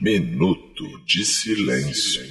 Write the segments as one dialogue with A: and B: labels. A: Minuto de Silêncio.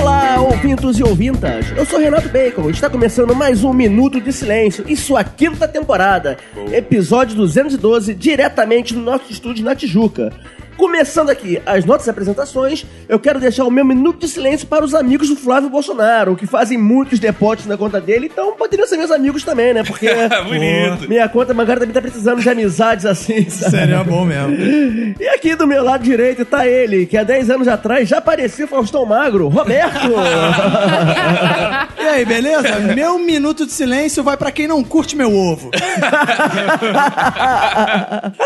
B: Olá, ouvintos e ouvintas. Eu sou Renato Bacon. Está começando mais um Minuto de Silêncio em sua quinta temporada, episódio 212, diretamente do nosso estúdio na Tijuca. Começando aqui as nossas apresentações, eu quero deixar o meu minuto de silêncio para os amigos do Flávio Bolsonaro, que fazem muitos depósitos na conta dele, então poderiam ser meus amigos também, né? Porque
C: Bonito.
B: minha conta bancária também tá precisando de amizades assim. sabe?
D: Seria é bom mesmo.
B: E aqui do meu lado direito tá ele, que há 10 anos atrás já parecia Faustão Magro, Roberto!
D: E aí, beleza? Meu minuto de silêncio vai pra quem não curte meu ovo.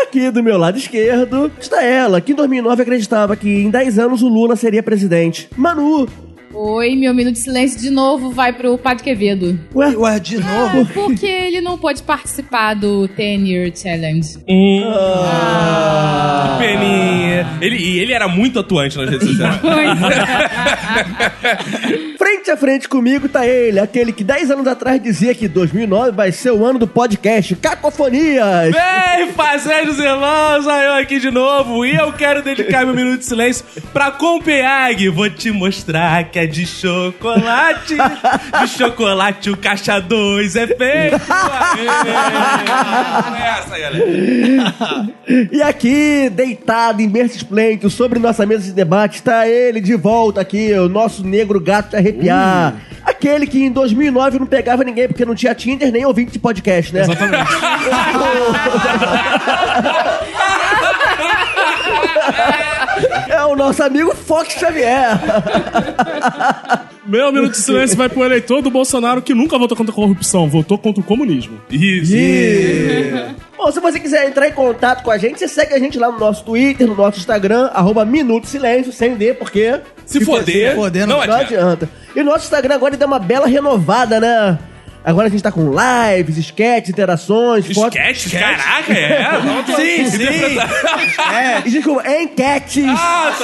B: aqui do meu lado esquerdo está ela, que em 2009 acreditava que em 10 anos o Lula seria presidente. Manu!
E: Oi, meu minuto de silêncio de novo vai pro Padre Quevedo.
B: Ué,
D: Ué, de novo?
E: Ah, porque ele não pôde participar do 10 Year Challenge.
C: Peninha. Ele, e ele era muito atuante nas redes sociais.
B: frente a frente comigo tá ele, aquele que 10 anos atrás dizia que 2009 vai ser o ano do podcast Cacofonias!
C: Bem, fazendo irmãos, aí eu aqui de novo e eu quero dedicar meu minuto de silêncio pra Copenhague. Vou te mostrar que é de chocolate. De chocolate o caixa 2 é feito. Aê, é essa, galera.
B: E aqui, deitado em berço esplêndido, sobre nossa mesa de debate, está ele de volta aqui, o nosso negro gato de arrepiar. Aquele que em 2009 não pegava ninguém porque não tinha Tinder nem ouvinte de podcast, né? Exatamente. É o nosso amigo Fox Xavier.
F: Meu minuto de silêncio vai pro eleitor do Bolsonaro que nunca votou contra a corrupção, votou contra o comunismo.
C: Isso.
B: Bom, se você quiser entrar em contato com a gente, você segue a gente lá no nosso Twitter, no nosso Instagram, arroba Minuto Silêncio, sem D, porque...
C: Se,
D: se
C: foder,
D: foder,
C: não,
D: não
B: Não
C: adianta.
B: adianta. E o nosso Instagram agora deu uma bela renovada, né? Agora a gente tá com lives, sketches, interações, fotos.
C: Esquete? Caraca, é?
D: Sim, sim. É.
B: E, Desculpa, enquetes!
C: Ah,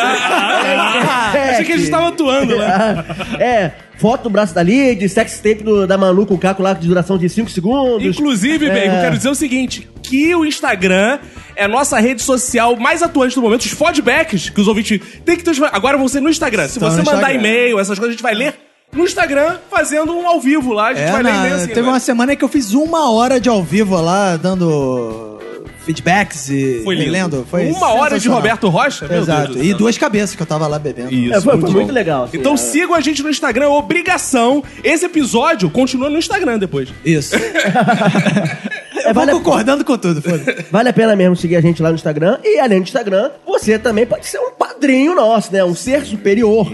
C: tá.
B: É,
F: Achei que a gente tava atuando, né?
C: Ah!
B: É, foto do braço da Lid, sex tape do- da Manu com o Caco lá de duração de 5 segundos.
C: Inclusive,
B: É.
C: Bacon, quero dizer o seguinte: que o Instagram é a nossa rede social mais atuante do momento. Os feedbacks que os ouvintes têm que ter. os- Agora vão ser no Instagram. Se
D: Estão
C: você
D: no
C: mandar
D: Instagram.
C: e-mail, essas coisas, a gente vai ler no Instagram fazendo um ao vivo lá. A gente
D: É,
C: vai ler
D: na-
C: e-mail assim.
D: teve
C: vai.
D: uma semana que eu fiz uma hora de ao vivo lá, dando feedbacks e
C: Foi
D: e
C: lindo.
D: lendo. Foi
C: Uma hora de
D: sensacional.
C: Roberto Rocha? Meu
D: Exato.
C: Deus do
D: e
C: céu.
D: duas cabeças que eu tava lá bebendo.
C: Isso.
B: É, foi, foi
C: muito
B: muito
C: bom.
B: legal. assim,
C: Então
B: é.
C: sigam a gente no Instagram, é obrigação. Esse episódio continua no Instagram depois.
D: Isso.
B: É,
D: Eu
B: vale,
D: vou
B: a,
D: concordando com tudo. foda-se.
B: vale a pena mesmo seguir a gente lá no Instagram. E além do Instagram, você também pode ser um padrinho nosso, né? Um ser superior.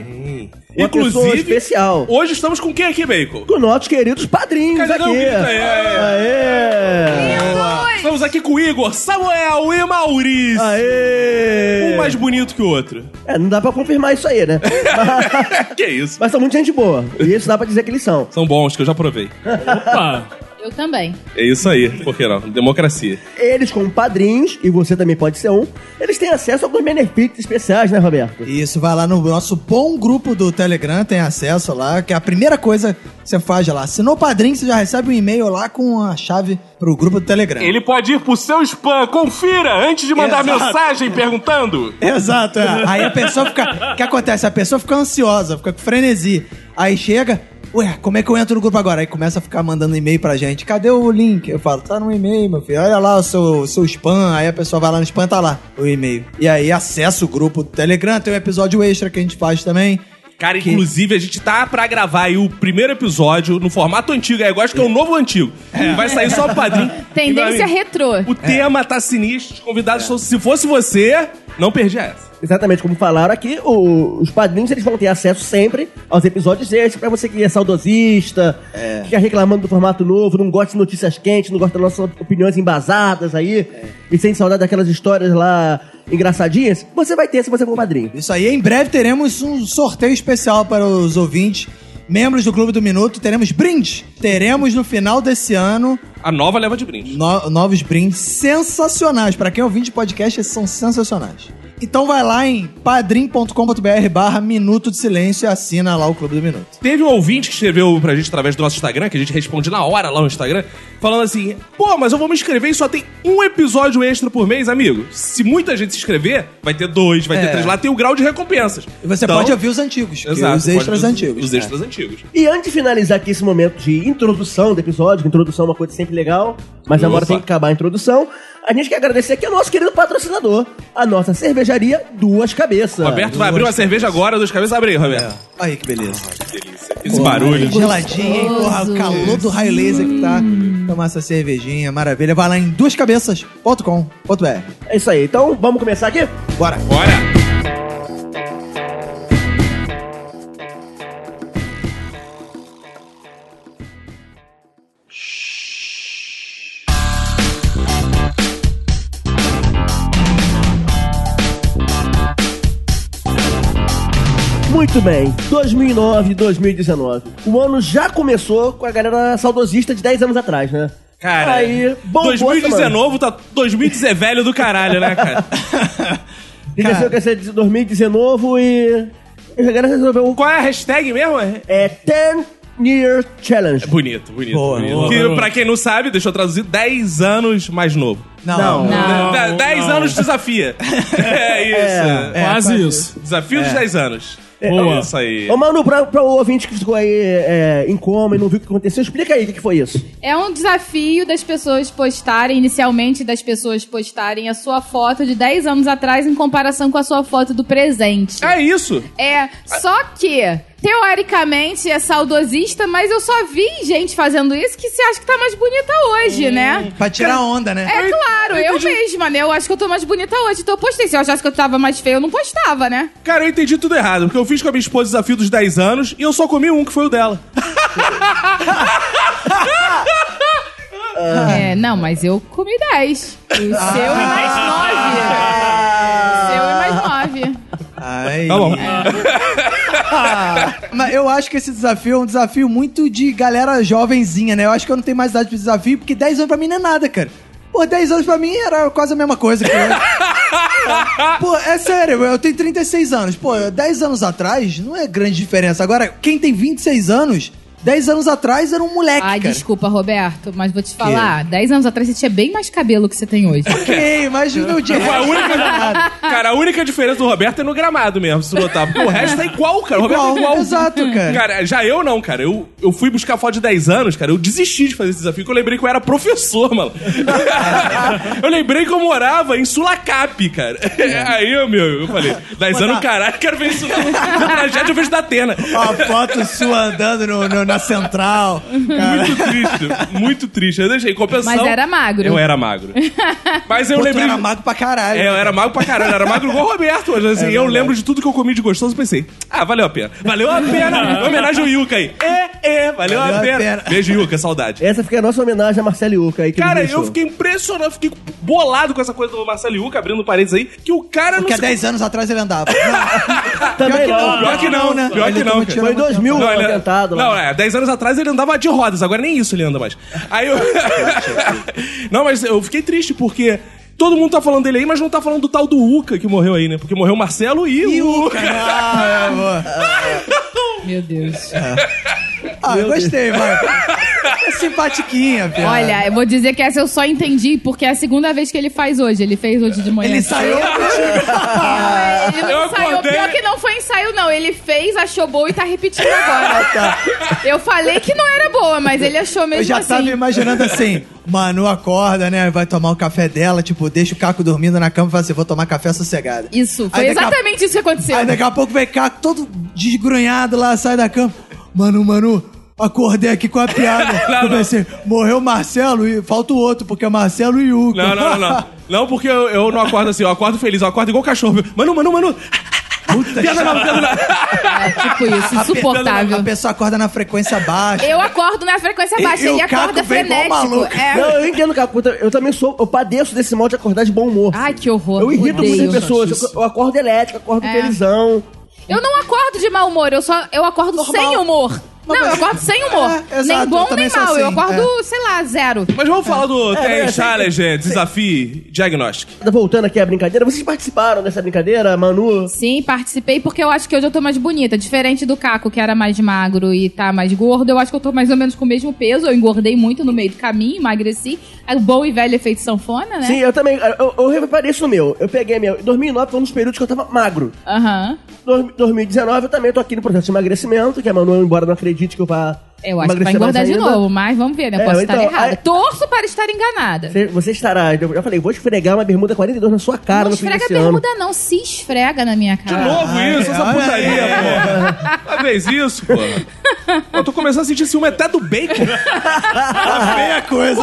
B: Uma pessoa especial.
C: hoje estamos com quem aqui, Bacon?
B: Com nossos queridos padrinhos
C: Cadê o
B: aqui.
C: grito aí?
B: Aê!
C: Estamos aqui com Igor, Samuel e Maurício.
B: Aê!
C: Um mais bonito que o outro.
B: É, não dá pra confirmar isso aí, né?
C: que isso?
B: Mas são muita gente boa. E isso dá pra dizer que eles são.
C: São bons, que eu já provei.
F: Opa!
E: Eu também.
C: É isso aí, por que não? Democracia.
B: Eles, como padrinhos, e você também pode ser um, eles têm acesso a alguns benefícios especiais, né, Roberto?
D: Isso, vai lá no nosso bom grupo do Telegram, tem acesso lá, que é a primeira coisa que você faz lá. Assinou o padrinho, você já recebe um e-mail lá com a chave pro grupo do Telegram.
C: Ele pode ir pro seu spam, confira antes de mandar
D: Exato.
C: mensagem perguntando.
D: Exato, é. Aí a pessoa fica. O que acontece? A pessoa fica ansiosa, fica com frenesi. Aí chega, ué, como é que eu entro no grupo agora? Aí começa a ficar mandando e-mail pra gente. Cadê o link? Eu falo, tá no e-mail, meu filho. Olha lá o seu, o seu spam. Aí a pessoa vai lá no spam, tá lá o e-mail. E aí acessa o grupo do Telegram, tem um episódio extra que a gente faz também.
C: Cara,
D: Que-
C: inclusive, a gente tá pra gravar aí o primeiro episódio no formato antigo. Aí eu gosto que é o novo antigo. Vai sair só o padrinho.
E: Tendência
C: E, meu amigo,
E: retrô.
C: O tema tá sinistro, os convidados estão. Se fosse você, não perdia essa.
B: Exatamente como falaram aqui, o- os padrinhos eles vão ter acesso sempre aos episódios extras pra você que é saudosista, fica reclamando do formato novo, não gosta de notícias quentes, não gosta das nossas opiniões embasadas aí, e sem saudade daquelas histórias lá engraçadinhas, você vai ter se você for um padrinho.
D: Isso aí, em breve teremos um sorteio especial para os ouvintes, membros do Clube do Minuto. Teremos brindes. Teremos no final desse ano
C: A nova leva de brinde.
D: No- novos brindes sensacionais. Pra quem é ouvinte de podcast, esses são sensacionais. Então vai lá em padrim.com.br barra Minuto de Silêncio e assina lá o Clube do Minuto.
C: Teve um ouvinte que escreveu pra gente através do nosso Instagram, que a gente responde na hora lá no Instagram, falando assim: pô, mas eu vou me inscrever e só tem um episódio extra por mês, amigo. Se muita gente se inscrever, vai ter dois, vai
D: É.
C: ter três. Lá tem o grau de recompensas.
D: E você
C: Então-
D: pode ouvir os antigos, que
C: Exato,
D: os extras
C: pode-
D: antigos.
C: Os
D: É.
C: extras antigos.
B: E antes de finalizar aqui esse momento de introdução do episódio, que introdução é uma coisa sempre legal, mas agora
C: Opa.
B: tem que acabar a introdução, a gente quer agradecer aqui ao nosso querido patrocinador, a nossa cervejaria Duas Cabeças.
C: Roberto vai abrir uma cerveja agora, dois cabeças. Abre aí, Roberto.
D: Aí que beleza.
C: Esse barulho.
D: Geladinha, hein? Porra, o calor do raio laser que tá. Tomar essa cervejinha, maravilha. Vai lá em duascabeças.com.br.
B: É isso aí, então vamos começar aqui?
D: Bora.
C: Bora!
B: Muito bem, 2009 2019. O ano já começou com a galera saudosista de 10 anos atrás, né?
C: Cara,
B: aí, bom,
C: 2019 tá 2010 é velho do caralho, né, cara?
B: Aconteceu que esse 2019 e. e A galera resolveu.
C: Qual é a hashtag mesmo? É
B: É 10 Year Challenge.
C: bonito, bonito.
D: Boa,
C: bonito.
D: boa.
C: que, pra quem não sabe, deixa eu traduzir, 10 anos mais novo.
D: Não.
B: Não.
E: Não,
C: De- 10
F: não.
C: Ah, anos desafia. É isso.
F: Quase isso.
C: Desafio dos 10 anos.
F: Boa.
C: É isso aí.
B: Ô, Manu, pra, pra o ouvinte que ficou aí é, em coma e não viu o que aconteceu, explica aí o que, que foi isso.
E: É um desafio das pessoas postarem, inicialmente das pessoas postarem a sua foto de 10 anos atrás em comparação com a sua foto do presente.
C: É isso.
E: É, só que, teoricamente, é saudosista, mas eu só vi gente fazendo isso que se acha que tá mais bonita hoje, né?
D: Pra tirar onda, né?
E: É claro, eu mesma, né? Eu acho que eu tô mais bonita hoje, então eu postei. Se eu achasse que eu tava mais feia, eu não postava, né?
C: Cara, eu entendi tudo errado, porque eu fiz com a minha esposa o desafio dos 10 anos e eu só comi um, que foi o dela.
E: É, não, mas eu comi 10. O seu e
D: Ah.
E: mais 9. O seu e mais 9.
D: Ai.
C: Tá bom.
D: Mas eu acho que esse desafio é um desafio muito de galera jovenzinha, né? Eu acho que eu não tenho mais idade pro desafio, porque 10 anos pra mim não é nada, cara. Pô, 10 anos pra mim era quase a mesma coisa que eu. Pô, é sério, eu tenho 36 anos. Pô, 10 anos atrás não é grande diferença. Agora, quem tem 26 anos, 10 anos atrás era um moleque,
E: Ai,
D: cara.
E: desculpa, Roberto, mas vou te falar. 10 anos atrás você tinha bem mais cabelo que você tem hoje.
D: Ok, mas não tinha
C: Foi a única...
D: nada.
C: Cara, a única diferença do Roberto é no gramado mesmo, se notar. Porque o resto é igual, cara. O Roberto é igual.
D: Igual, exato, cara.
C: Cara, já eu não, cara. Eu, eu fui buscar foto de 10 anos, cara. Eu desisti de fazer esse desafio, porque eu lembrei que eu era professor, mano. eu lembrei que eu morava em Sulacap, cara. Aí, eu, meu, eu falei, 10 anos, caralho, quero ver isso. Na tragédia eu vejo da Atena.
D: A foto sua andando no- no- na central.
C: Muito triste, muito triste. Eu deixei, em compensação...
E: Mas era magro.
C: Eu era magro. Mas eu
D: Pô, tu
C: lembrei...
D: era magro pra caralho.
C: É, eu era magro pra caralho, eu era magro igual o Roberto. Mas assim, eu lembro de tudo que eu comi de gostoso e pensei, ah, valeu a pena. Valeu a pena. homenagem ao Yuka aí. É, é, valeu, a, pena. Beijo, Yuka, saudade.
B: Essa fica a nossa homenagem a Marcelo Yuca aí. Que
C: Cara,
B: nos deixou.
C: eu fiquei impressionado, fiquei bolado com essa coisa do Marcelo Yuka abrindo paredes aí, que o cara
D: Porque há
C: não se...
D: 10 anos atrás ele andava.
B: Também não.
C: Pior que não,
D: né?
C: pior que
D: Ele
C: não,
D: toma
C: cara.
D: tiro
B: Foi
D: na mão.
B: 2000
C: Não,
B: o
C: ele-
B: atentado
C: não,
B: lá.
C: é, 10 anos atrás ele andava de rodas, agora nem isso ele anda mais. Aí eu. não, mas eu fiquei triste porque todo mundo tá falando dele aí, mas não tá falando do tal do Uca que morreu aí, né? Porque morreu o Marcelo e,
D: E
C: o
D: o
C: Uca.
D: cara. Ah, é, boa.
E: Meu Deus.
D: Ah, eu gostei, vai. É simpatiquinha, piada.
E: Olha, eu vou dizer que essa eu só entendi porque é a segunda vez que ele faz hoje. Ele fez hoje de manhã.
D: Ele saiu contigo.
E: Não, ele não
C: Eu
E: ensaiou.
C: acordei-
E: Pior que não foi ensaio, não. Ele fez, achou boa e tá repetindo agora.
D: Tá.
E: Eu falei que não era boa, mas ele achou mesmo
D: Eu já tá
E: assim.
D: tava imaginando assim, Manu acorda, né? Vai tomar o café dela, tipo, deixa o Caco dormindo na cama e fala assim, vou tomar café sossegado.
E: Isso,
D: Aí
E: foi
D: daqui a-
E: exatamente isso que aconteceu.
D: Aí daqui a pouco vem Caco todo desgrunhado lá, sai da cama. Manu, Manu, acordei aqui com a piada. eu pensei, morreu o Marcelo e falta o outro, porque é Marcelo e o Hugo.
C: Não, não, não, não. Não, porque eu, eu não acordo assim, eu acordo feliz, eu acordo igual cachorro. Mano, mano, mano.
D: Puta
C: Piada não, piada não.
E: É, tipo isso,
D: A
E: insuportável.
D: pessoa acorda na frequência baixa.
E: Eu acordo na frequência
D: E-
E: baixa,
D: e o
E: ele acorda
D: Caco vem igual
E: frenético.
D: maluco.
E: É.
B: Não, eu entendo, cara. puta, Eu também sou. Eu padeço desse mal de acordar de bom humor.
E: Ai, que horror.
B: eu irrito
E: odeio.
B: muitas pessoas. Eu, eu acordo elétrico, acordo
E: É.
B: felizão.
E: Eu não acordo de mau humor, eu só eu acordo sem humor. Não, eu acordo sem humor.
D: É, exato,
E: nem bom,
D: eu também
E: nem
D: sou
E: mal. eu
D: assim,
E: acordo, sei lá, zero.
C: Mas vamos falar do
B: É, é,
C: Tem
B: é,
C: Challenge, desafio, diagnóstico.
B: Tá Voltando aqui à brincadeira, vocês participaram dessa brincadeira, Manu?
E: Sim, participei porque eu acho que hoje eu tô mais bonita. Diferente do Caco, que era mais magro e tá mais gordo, eu acho que eu tô mais ou menos com o mesmo peso. Eu engordei muito no meio do caminho, emagreci. É o bom e velho efeito sanfona, né?
B: Sim, eu também. Eu, eu reparei isso no meu. Eu peguei meu. 2009 foi um dos períodos que eu tava magro.
E: Aham.
B: Dois- 2019 eu também tô aqui no processo de emagrecimento, que a Manu, embora não acredite que eu vá.
E: Eu acho
B: emagrecer
E: que vai
B: mais
E: engordar de
B: ainda.
E: novo, mas vamos ver, né? Eu
B: É,
E: posso
B: então,
E: estar errada.
B: aí-
E: Torço para estar enganada.
B: Você, você estará. Eu já falei, vou esfregar uma bermuda 42 na sua cara
E: não
B: no fim
E: esfrega a
B: desse ano.
E: bermuda, não. Se esfrega na minha
C: De
E: cara.
C: novo isso, essa
D: é,
C: putaria, pô. Ah, Uma vez isso, pô. Eu tô começando a sentir ciúme até do bacon.
D: Tá feia a coisa.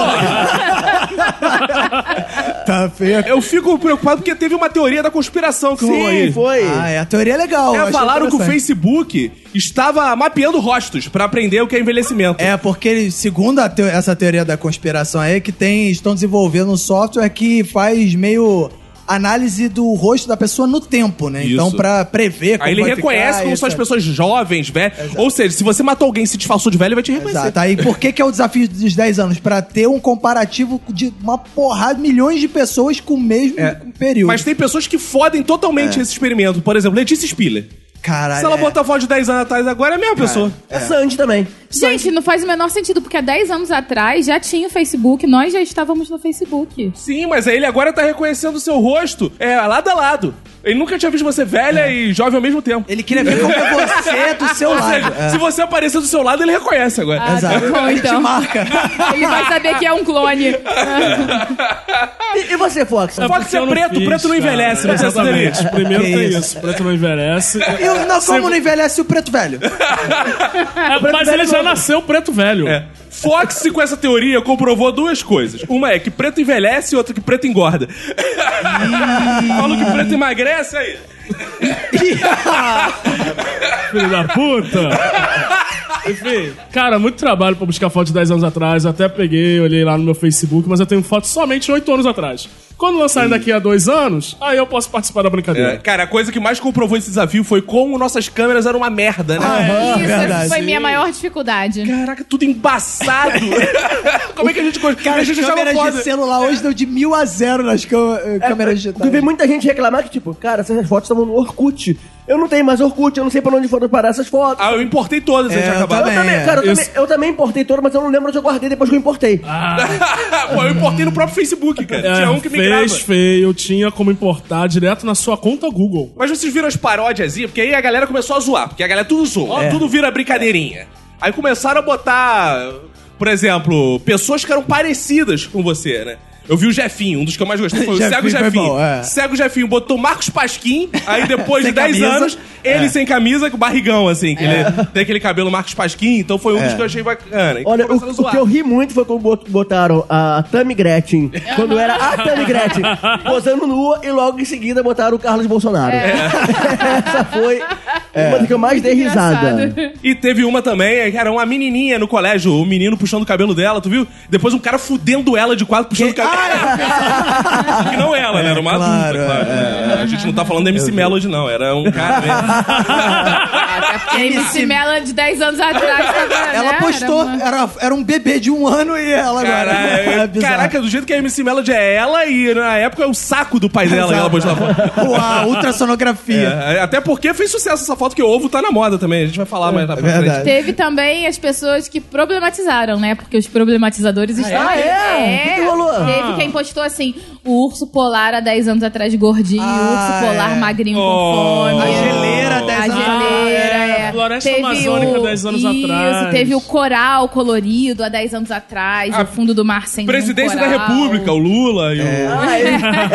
D: tá feia a
C: Eu fico preocupado porque teve uma teoria da conspiração que rolou aí.
B: Sim, foi.
D: Ah, é, a teoria é legal. eu
C: É,
D: achei
C: falaram que o
D: interessante.
C: Facebook estava mapeando rostos pra aprender o que é envelhecimento.
D: É, porque ele- segundo a teo- essa teoria da conspiração aí, que tem, estão desenvolvendo um software que faz meio análise do rosto da pessoa no tempo, né?
C: Isso.
D: Então, pra prever como
C: Aí ele
D: vai
C: reconhece
D: ficar,
C: como são as
D: etc.
C: pessoas jovens, velho. Ou seja, se você matou alguém e se disfarçou de velho, ele vai te reconhecer.
D: Exato. Aí por que, que é o desafio dos 10 anos? Pra ter um comparativo de uma porrada, milhões de pessoas com o mesmo período.
C: É, Mas tem pessoas que fodem totalmente esse experimento. Por exemplo, Letícia Spiller.
D: Caralho.
C: Se ela
D: é.
C: botar foto de 10 anos atrás agora, é a mesma pessoa.
B: A Sandy também.
E: Gente, não faz o menor sentido, porque há 10 anos atrás já tinha o Facebook, nós já estávamos no Facebook.
C: Sim, mas aí ele agora tá reconhecendo o seu rosto é, lado a lado. Ele nunca tinha visto você velha e jovem ao mesmo tempo.
D: É. Ele queria ver como é você do seu
C: Ou
D: lado. é.
C: seja, se você aparecer do seu lado, ele reconhece agora.
E: Ah,
D: Exato.
E: tá bom,
D: Ele te
E: então.
D: marca.
E: Ele vai saber que é um clone.
B: E, e você, Fox?
C: Pode
F: Porque
C: ser
F: eu não
C: preto, preto não envelhece, né? não sei se
F: Exatamente.
C: tem
F: Primeiro
D: Que
F: tem
D: isso.
F: isso. preto não envelhece.
D: E o- não, como não envelhece o preto velho?
F: É, mas ele já nasceu preto velho.
C: É. Fox, com essa teoria, comprovou duas coisas. Uma é que preto envelhece e outra que preto engorda. Falam que preto emagrece, aí...
F: Filho da puta! Enfim, cara, muito trabalho pra buscar foto de 10 anos atrás. Até peguei, olhei lá no meu Facebook, mas eu tenho foto somente 8 anos atrás. Quando lançarem daqui a dois anos, aí eu posso participar da
C: É,
F: brincadeira.
C: Cara, a coisa que mais comprovou esse desafio foi como nossas câmeras eram uma merda, né?
B: É
E: Isso
D: verdade.
E: foi minha maior dificuldade.
C: Caraca, tudo embaçado. como é que a gente...
D: Cara,
C: a
D: as
C: gente achava
D: câmeras
C: foda. É.
D: de celular hoje deu de mil a zero nas câ- eh, câmeras
B: Eu vi
D: digitais.
B: muita gente reclamar que, tipo, cara, essas fotos estavam no Orkut. Eu não tenho mais Orkut, eu não sei pra onde foram parar essas fotos.
C: Ah, eu importei todas, antes
D: É, eu
C: de acabar.
B: eu
D: também,
B: também,
D: é.
B: cara, eu,
F: Isso.
B: também, eu também importei toda, mas eu não lembro onde eu guardei depois que eu importei.
C: Pô, eu importei no próprio Facebook, cara. Tinha um que me grava.
F: É, fez feio, tinha como importar direto na sua conta Google.
C: Mas vocês viram as paródias aí? Porque aí a galera começou a zoar. Porque a galera tudo zoa.
D: É.
C: ó, Tudo vira brincadeirinha. Aí começaram a botar, por exemplo, pessoas que eram parecidas com você, né? Eu vi o Jefinho, um dos que eu mais gostei foi o
D: Jefinho
C: Cego
D: foi
C: Jefinho.
D: bom, é.
C: Cego Jefinho botou Marcos Pasquim, aí depois de
D: Sem
C: 10
D: camisa. É.
C: anos, ele sem camisa, com barrigão, assim, que ele tem aquele cabelo Marcos Pasquim, então foi um
D: É.
C: dos que então eu achei bacana. E
B: Olha, o,
C: começaram a
B: o
C: zoar.
B: que eu ri muito foi quando bot- botaram a Tammy Gretchen, quando era a Tammy Gretchen, posando nua e logo em seguida botaram o Carlos Bolsonaro.
E: É.
B: Essa foi uma das que eu mais dei risada.
E: Engraçado.
C: E teve uma também, que era uma menininha no colégio, o menino puxando o cabelo dela, tu viu? Depois um cara fudendo ela de quatro puxando o cabelo.
D: Ah,
C: Só que não ela, né? Era uma
D: é claro, é,
C: adulta, claro. A gente não tá falando da MC Melody, não. Era um
D: Ah,
C: cara mesmo.
E: É, Até porque a MC Mela é de 10 anos atrás tava,
D: Ela
E: né,
D: postou,
E: era uma-
D: era, era um bebê de um ano e ela agora. É
C: Caralho,
D: bizarro.
C: caraca, do jeito que a MC Melody é ela e na época é o saco do pai dela que ela postou a foto.
D: Pô, a
E: Tá
D: ultrassonografia.
C: É, até porque fez sucesso essa foto que o ovo tá na moda também. A gente vai falar mais na
D: É
C: frente.
D: verdade.
E: Teve também as pessoas que problematizaram, né? Porque os problematizadores estão.
B: Ah,
E: aí.
B: é? O que que rolou?
E: Teve quem postou assim: o urso polar há 10 anos atrás gordinho,
D: Ah,
E: o urso polar
D: é.
E: magrinho
C: Oh.
E: com fome.
C: A
D: geleira há 10
E: A
D: anos
E: geleira,
F: atrás.
E: é.
F: Ah, é. Floresta Amazônica há 10 anos
E: isso,
F: atrás.
E: teve o coral colorido há 10 anos atrás,
C: A
E: o fundo do mar sem
C: Presidência da
E: nenhum coral.
C: República, o Lula e o.
B: Ah,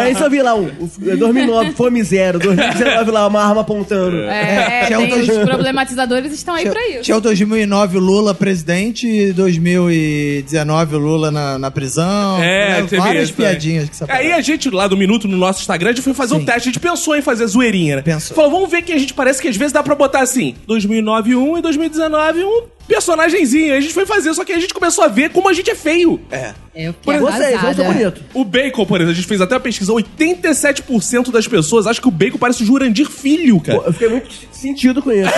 B: é, é isso eu vi lá, um, o- 2009, fome zero, 2019 lá, uma arma apontando.
E: É,
D: Tinha
E: tem
D: outros-
E: os problematizadores estão aí pra isso.
D: Tinha o 2009 o Lula presidente e 2019 o Lula na, na prisão.
C: É,
D: Né?
C: teve
D: Várias
C: isso também.
D: piadinhas que você
C: Aí a gente, lá do Minuto, no nosso Instagram, a gente foi fazer um teste. A gente pensou em fazer zoeirinha, né?
D: Pensou.
C: Falou, vamos ver que a gente parece que às vezes dá pra botar assim, 2009 2009 um e 2019 um personagemzinho. Aí A gente foi fazer, só que a gente começou a ver como a gente é feio.
E: É, eu
B: Por
E: fiquei
B: vocês, vocês
E: arrasada.
B: são bonitos.
C: O Bacon, por exemplo, a gente fez até uma pesquisa, 87% das pessoas acham que o Bacon parece o Jurandir Filho,
B: Pô,
C: cara.
B: eu fiquei muito sentido com isso.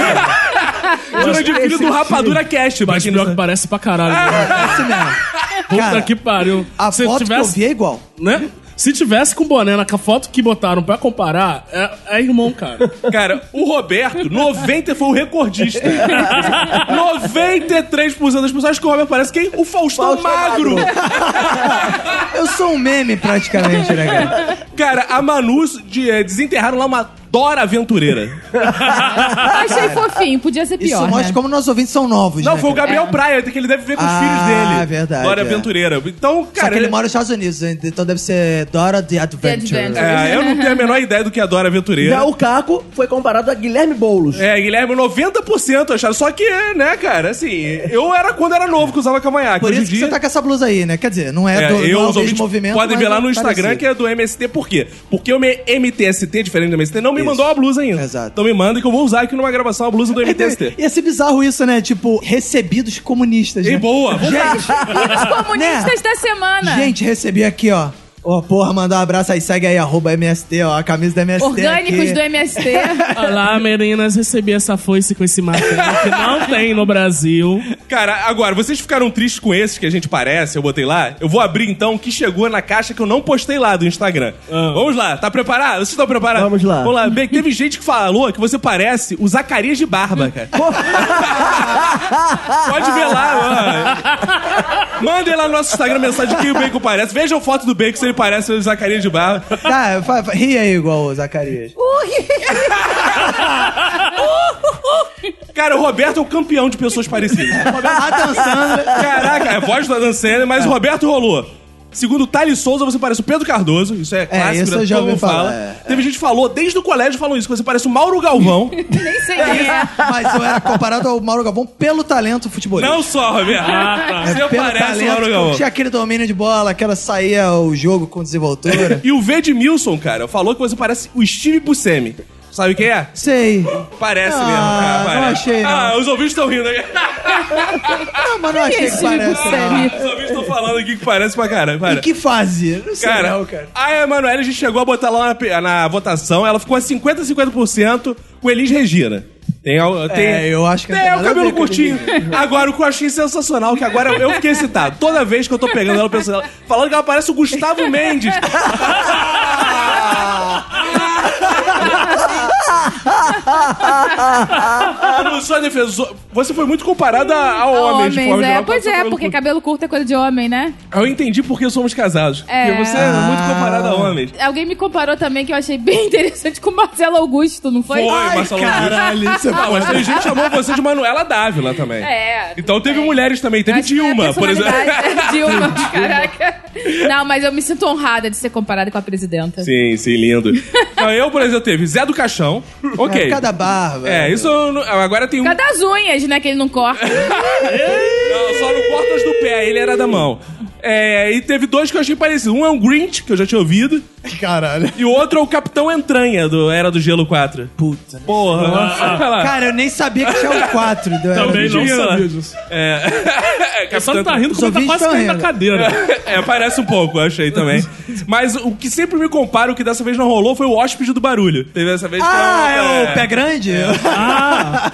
C: O Jurandir Filho
B: é
C: do Rapadura Cast,
F: Mas
C: pra quem
F: pior
C: não
F: que parece pra caralho. né?
D: Esse É mesmo.
F: Puta
D: Cara,
F: que pariu.
D: A
F: Se
D: foto
F: tivesse,
D: que eu vi é igual.
F: né? Se tivesse com boné na foto que botaram pra comparar, é, é irmão, cara.
C: Cara, o Roberto, 90 foi o recordista. 93% das pessoas acham que o Roberto parece quem? O Faustão,
B: Faustão
C: Magro. é-
D: Eu sou um meme praticamente, né, cara?
C: Cara, a Manu de- eh, desenterraram lá uma Dora Aventureira.
E: Achei fofinho, podia ser
D: Isso
E: pior.
D: mostra
E: né?
D: como nossos ouvintes são novos,
C: Não,
D: né?
C: foi o
D: cara?
C: Gabriel Praia, que ele deve ver com os
D: Ah,
C: filhos dele.
D: verdade,
C: Dora
D: é.
C: Aventureira.
D: Só
C: Então, cara.
D: que ele
C: ele-
D: mora nos Estados Unidos, então deve ser Dora the Adventure.
E: The Adventure.
C: É, eu não tenho a menor ideia do que é a Dora Aventureira.
B: Já o Caco foi comparado a Guilherme Boulos.
C: É, Guilherme, 90% acharam. Só que, né, cara, assim, eu era quando era novo que usava cavanhaque.
D: Por
C: Hoje
D: isso
C: em
D: que
C: dia.
D: você tá com essa blusa aí, né? Quer dizer, não é,
C: É,
D: do,
C: eu,
D: não é o
C: os ouvintes
D: mesmo movimento.
C: podem
D: mas
C: ver lá
D: é
C: no Instagram
D: parecido.
C: que é do MST, por quê? Porque o meu MTST, diferente do MST, não me
D: Isso.
C: mandou a blusa ainda.
D: Exato.
C: Então me manda que eu vou usar aqui numa gravação a blusa do
D: Então,
C: MTST.
D: Ia ser bizarro isso, né? Tipo, recebidos comunistas.
C: Ei,
D: né?
C: boa! vamos lá.
E: Os comunistas da semana.
D: Gente, recebi aqui, ó. Ó, porra, mandar um abraço aí, segue aí, arroba MST, ó, a camisa da MST.
E: Orgânicos
D: aqui.
E: do MST.
F: Olá, meninas, recebi essa foice com esse martelo que não tem no Brasil.
C: Cara, agora, vocês ficaram tristes com esses que a gente parece, eu botei lá? Eu vou abrir então o que chegou na caixa que eu não postei lá do Instagram.
F: Ah.
C: Vamos lá, tá preparado? Vocês estão preparados?
B: Vamos lá.
C: Vamos lá. Bem, teve gente que falou que você parece o Zacarias de Barba, cara. Pode ver lá, mano. Mandem lá no nosso Instagram mensagem que o Bacon parece. Vejam a foto do Bacon se ele parece o Zacarias de Barba.
D: Tá, fa- fa- ri aí igual o Zacarias.
C: Cara, o Roberto é o campeão de pessoas parecidas.
D: A Dan Sandler.
C: Caraca, é a voz do Adam Sandler, mas
D: É.
C: o Roberto rolou. Segundo o Thales Souza, você parece o Pedro Cardoso. Isso é clássico,
D: isso
C: né?
D: eu já
C: todo
D: ouvi
C: mundo
D: falar,
C: fala.
D: é,
C: Teve gente que falou, desde o colégio falam isso, que você parece o Mauro Galvão.
E: Nem sei quem é.
D: Mas eu era comparado ao Mauro Galvão pelo talento futebolista.
C: Não só, Roberto.
D: É
C: Você parece o Mauro Galvão.
D: Tinha aquele domínio de bola, aquela saía o jogo com desenvoltura.
C: E o Vedmilson, cara, falou que você parece o Steve Buscemi. Sabe quem é?
D: Sei.
C: Parece
D: Ah,
C: mesmo. cara,
D: não
C: parece.
D: achei, não.
C: Ah, os ouvintes estão rindo aí.
D: Não, Ah, mas não achei que
E: esse Igor
D: parece. não.
E: Semi?
C: Ah, Os ouvintes estão falando aqui que parece pra caralho.
D: E
C: Para.
D: que fase? Não sei
C: Cara,
D: não, cara.
C: a Emanuele, a gente chegou a botar lá na, pe- na votação, ela ficou a 50% 50% com Elis Regina. Tem, al- tem,
D: É, eu acho que não
C: tem é
D: tem
C: o
D: nada a
C: cabelo
D: ver com Elis
C: curtinho. Agora, o que eu achei sensacional, que agora eu fiquei excitado. Toda vez que eu tô pegando ela, eu penso nela, falando que ela parece o Gustavo Mendes. Eu não sou defensor. Você foi muito comparada ao homem, de forma
E: Homens, é.
C: geral,
E: Pois
C: com seu
E: é,
C: cabelo
E: porque
C: curto.
E: cabelo curto é coisa de homem, né?
C: Eu entendi porque somos casados.
E: É.
C: Porque você é muito
D: Ah.
C: comparado a homens.
E: Alguém me comparou também que eu achei bem interessante com o Marcelo Augusto, não foi?
C: Foi, Marcelo
D: caralho,
C: Augusto.
D: isso é
C: Não, mas tem gente que chamou você de Manuela Dávila também.
E: É,
C: Então
E: tudo
C: teve
E: bem.
C: mulheres também. Teve
E: Acho que é a
C: Dilma, por exemplo.
E: personalidade. Dilma, caraca. Não, mas eu me sinto honrada de ser comparada com a presidenta.
C: Sim, sim, lindo. Não, eu, por exemplo, teve Zé do Caixão.
D: É
C: Ok.
D: por causa da barba.
C: É, isso eu não- agora tem um.
E: Cadê as unhas, né? Que ele não corta.
C: Não, só no Portas do Pé, ele era da mão. É, e teve dois que eu achei parecidos. Um é o Grinch, que eu já tinha ouvido,
D: Caralho.
C: e o outro é o Capitão Entranha, do Era do Gelo 4.
D: Puta.
C: Porra, olha lá.
D: Cara, eu nem sabia que tinha um o 4. do-
F: Também não
C: Imagina.
F: sabia disso.
C: É,
F: O Só não tá rindo
D: Os
F: como tá
D: ouvintes
F: quase
D: tão
F: caindo da
D: rindo.
F: cadeira.
C: É, parece um pouco, eu achei também. Mas o que sempre me compara, o que dessa vez não rolou, foi o hóspede do barulho. Teve essa vez que
D: Ah,
C: eu-
D: é o pé grande?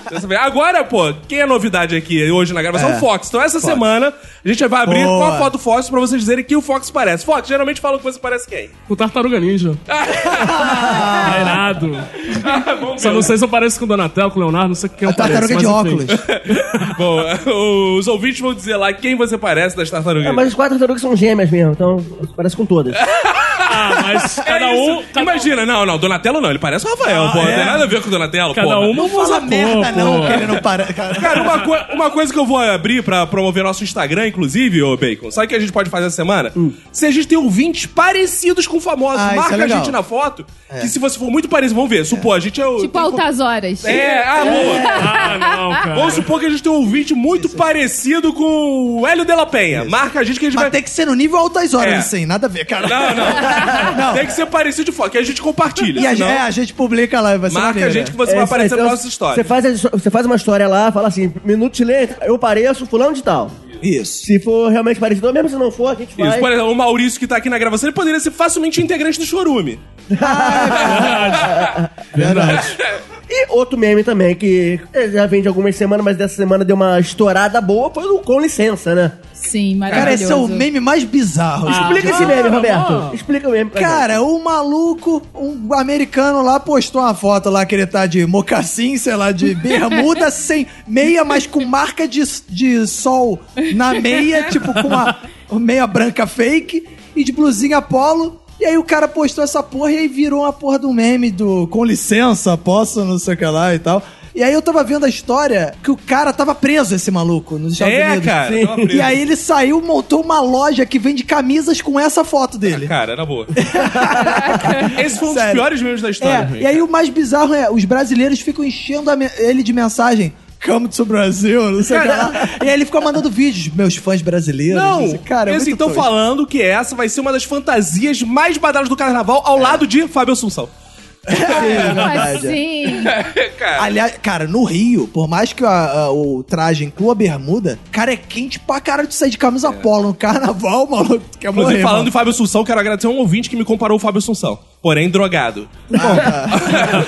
C: dessa vez. Agora, pô, quem é novidade aqui hoje na gravação?
D: É.
C: O Fox. Então essa semana a gente vai abrir
D: Boa.
C: qual a foto do Fox pra vocês dizerem que o Fox parece. Fox, geralmente falam que você parece quem?
F: Com tartaruga ninja. Ah, irado.
C: Vamos
F: Só
C: ver.
F: não sei se eu pareço com o Donatello, com o Leonardo, não sei quem eu
D: A tartaruga é
F: pareço,
C: um
D: de
F: mas enfim.
D: óculos.
C: Bom, os ouvintes vão dizer lá quem você parece das tartarugas.
B: É, mas as quatro tartarugas são gêmeas mesmo, então parece com todas.
F: Ah, mas
C: É
F: cada
C: isso.
F: um. Cada,
C: Imagina, não, não, Donatello não, ele parece o Rafael, pô, não tem nada a ver com o Donatello,
F: cada
C: porra.
F: um não usa
D: Fala
F: cor,
D: merda, não,
F: pô.
D: que ele não para. cara.
C: É. Cara, uma, coi- uma coisa que eu vou abrir pra promover nosso Instagram, inclusive, ô Bacon, sabe o que a gente pode fazer essa semana? Se a gente tem ouvintes parecidos com famosos,
D: Hum. Ah, isso é
C: marca a
D: legal. É.
C: gente na foto, que se você for muito parecido, vamos ver, supor, a gente é o...
E: Tipo altas horas.
C: É, ah, boa.
F: Ah, não, cara.
C: Vamos supor que a gente tem um ouvinte muito parecido com o Hélio de la Penha. Marca a gente que a gente
D: Mas
C: vai...
D: tem que ser no nível altas horas,
C: É.
D: assim, nada a ver, cara.
C: Não, não. Tem que ser parecido de foto, que a gente compartilha.
D: E a,
C: senão
D: é, a gente publica lá, vai ser
C: marca
D: maneiro,
C: a gente
D: né?
C: que você
B: É
C: vai
B: isso aí,
C: aparecer
B: então
C: na nossa
B: Você
C: história.
B: faz, a- você faz uma história lá, fala assim, minuto silêncio, eu pareço fulano de tal.
D: Isso.
B: Se for realmente parecido, ou mesmo se não for, a gente
C: Isso,
B: faz.
C: por exemplo, o Maurício que tá aqui na gravação, ele poderia ser facilmente integrante do Chorume.
F: Verdade.
B: E outro meme também, que é, já vem de algumas semanas, mas dessa semana deu uma estourada boa, foi o Com Licença, né?
E: Sim,
D: Cara,
E: maravilhoso.
D: esse é o meme mais
C: Ah,
D: bizarro. assim.
B: Explica esse meme, Roberto. Explica o meme. pra
D: Cara, o maluco, um americano lá postou uma foto lá que ele tá de mocassim, sei lá, de bermuda sem meia, mas com marca de, de sol na meia, tipo com uma meia branca fake e de blusinha polo. E aí o cara postou essa porra e aí virou uma porra do meme do com licença, posso, não sei o que lá e tal. E aí eu tava vendo a história que o cara tava preso, esse maluco, nos Estados
C: É,
D: Unidos.
C: cara, tava preso.
D: E aí ele saiu, montou uma loja que vende camisas com essa foto dele.
C: Cara, na boa. Esse foi um dos
D: Sério.
C: piores memes da história. pra
D: É,
C: mim,
D: e aí o mais bizarro é, os brasileiros ficam enchendo a me- ele de mensagem. Come to Brasil, não sei o que lá. E aí ele fica mandando vídeos, meus fãs brasileiros.
C: Não,
D: sei- cara, é
C: eles
D: muito
C: estão
D: tosco.
C: falando que essa vai ser uma das fantasias mais badalas do carnaval
D: É.
C: ao lado de Fábio Assunção.
E: Como
D: verdade, é.
E: assim?
D: Aliás, cara, no Rio, por mais que a- a- o traje inclua bermuda, cara, é quente pra caralho de sair de camisa polo no carnaval, maluco. Tu quer
C: Inclusive,
D: morrer,
C: falando
D: mano.
C: de Fábio Assunção, quero agradecer a um ouvinte que me comparou o Fábio Assunção. Porém, drogado.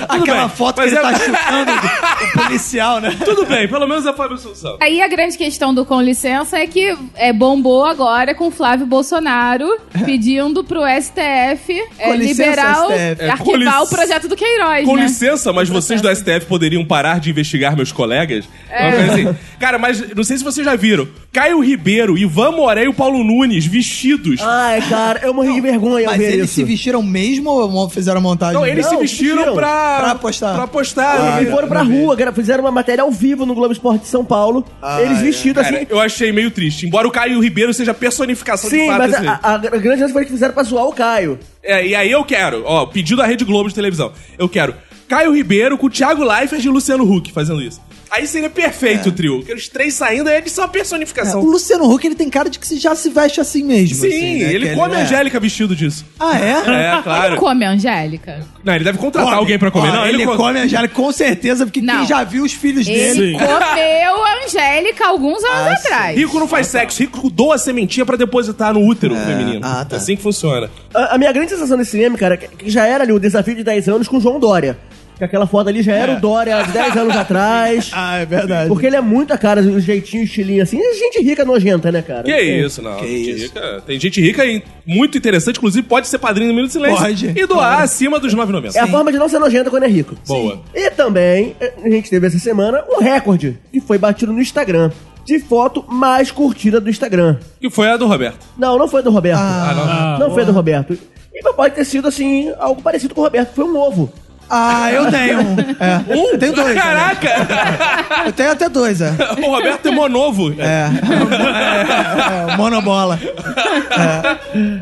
D: Aquela
C: bem,
D: foto que
C: mas
D: ele
C: é-
D: tá chutando do- o policial, né?
C: Tudo bem, pelo menos é Fábio Assunção.
E: Aí a grande questão do Com Licença é que é, bombou agora com Flávio Bolsonaro
C: É.
E: pedindo pro STF é,
D: Com licença,
E: liberar, o-
D: STF.
C: É, com
E: arquivar o
C: lic-
E: projeto do Queiroz,
C: Com
E: né?
C: licença, mas vocês do STF poderiam parar de investigar meus colegas? Uma coisa assim. Cara, mas não sei se vocês já viram. Caio Ribeiro, Ivan Moré e o Paulo Nunes vestidos.
B: Cara. Ai, cara, eu morri de vergonha ao
D: Mas
B: ver
D: eles se
B: isso.
D: vestiram mesmo ou mo- fizeram a montagem?
C: Não, eles
D: mesmo?
C: se
B: Não,
C: vestiram
B: vestiram.
C: pra...
D: Pra postar.
C: Pra postar.
B: E Ah, foram pra rua, gra- fizeram uma matéria ao vivo no Globo Esporte de São Paulo.
D: Ah, é.
B: eles vestidos
C: Cara, é
B: assim.
C: eu achei meio triste. Embora o Caio Ribeiro seja a personificação de
B: Sim,
C: fato
B: mas
C: desse-
B: a, a- a grande chance foi que fizeram pra zoar o Caio.
C: É, e aí eu quero, ó, pedido da Rede Globo de televisão. Eu quero Caio Ribeiro com Thiago Leifert e Luciano Huck fazendo isso. Aí seria perfeito o trio. Porque os três saindo, eles são a
D: É,
C: personificação.
D: O Luciano Huck, ele tem cara de que se já se veste assim mesmo.
C: Sim,
D: assim, né?
C: ele
D: Que
C: come a
D: é.
C: Angélica vestido disso.
D: Ah, é?
C: É, claro.
E: Come, Angélica.
C: Não, ele deve contratar alguém pra comer.
D: Ó,
C: não,
D: ele,
C: con-
D: come a Angélica com certeza, porque
E: Não.
D: quem já viu os filhos dele...
E: Ele comeu a Angélica alguns
D: Ah,
E: anos atrás.
C: Rico não faz sexo, rico doa a sementinha pra depositar no útero feminino.
D: ah, tá.
C: Assim que funciona.
B: A, a minha grande sensação desse meme, cara, que que já era ali o desafio de 10 anos com o João Dória. Que aquela foto ali já
C: É.
B: era o Dória de 10 anos atrás.
D: Ah, é verdade.
B: Porque ele é muito a cara, o jeitinho, o estilinho assim. É gente rica nojenta, né, cara?
C: Que
B: É.
C: isso, não. gente
D: isso.
C: rica- tem gente rica e muito interessante, inclusive pode ser padrinho do Minuto de Silêncio.
D: Pode,
C: E doar acima dos 9,90.
B: É a forma de não ser nojento quando é rico.
C: Boa.
B: Sim. E também, eh, a gente teve essa semana um recorde que foi batido no Instagram. De foto mais curtida do Instagram.
C: Que foi a do Roberto.
B: Não, não foi do Roberto.
C: Ah,
B: não foi do Roberto. E mas pode ter sido, assim, algo parecido com o Roberto. que Foi um ovo.
D: Ah, eu tenho um. É.
C: Um?
D: Eu tenho dois. aliás.
C: Caraca!
D: Eu tenho até dois, é.
C: o Roberto tem monovo.
D: É. É, monobola.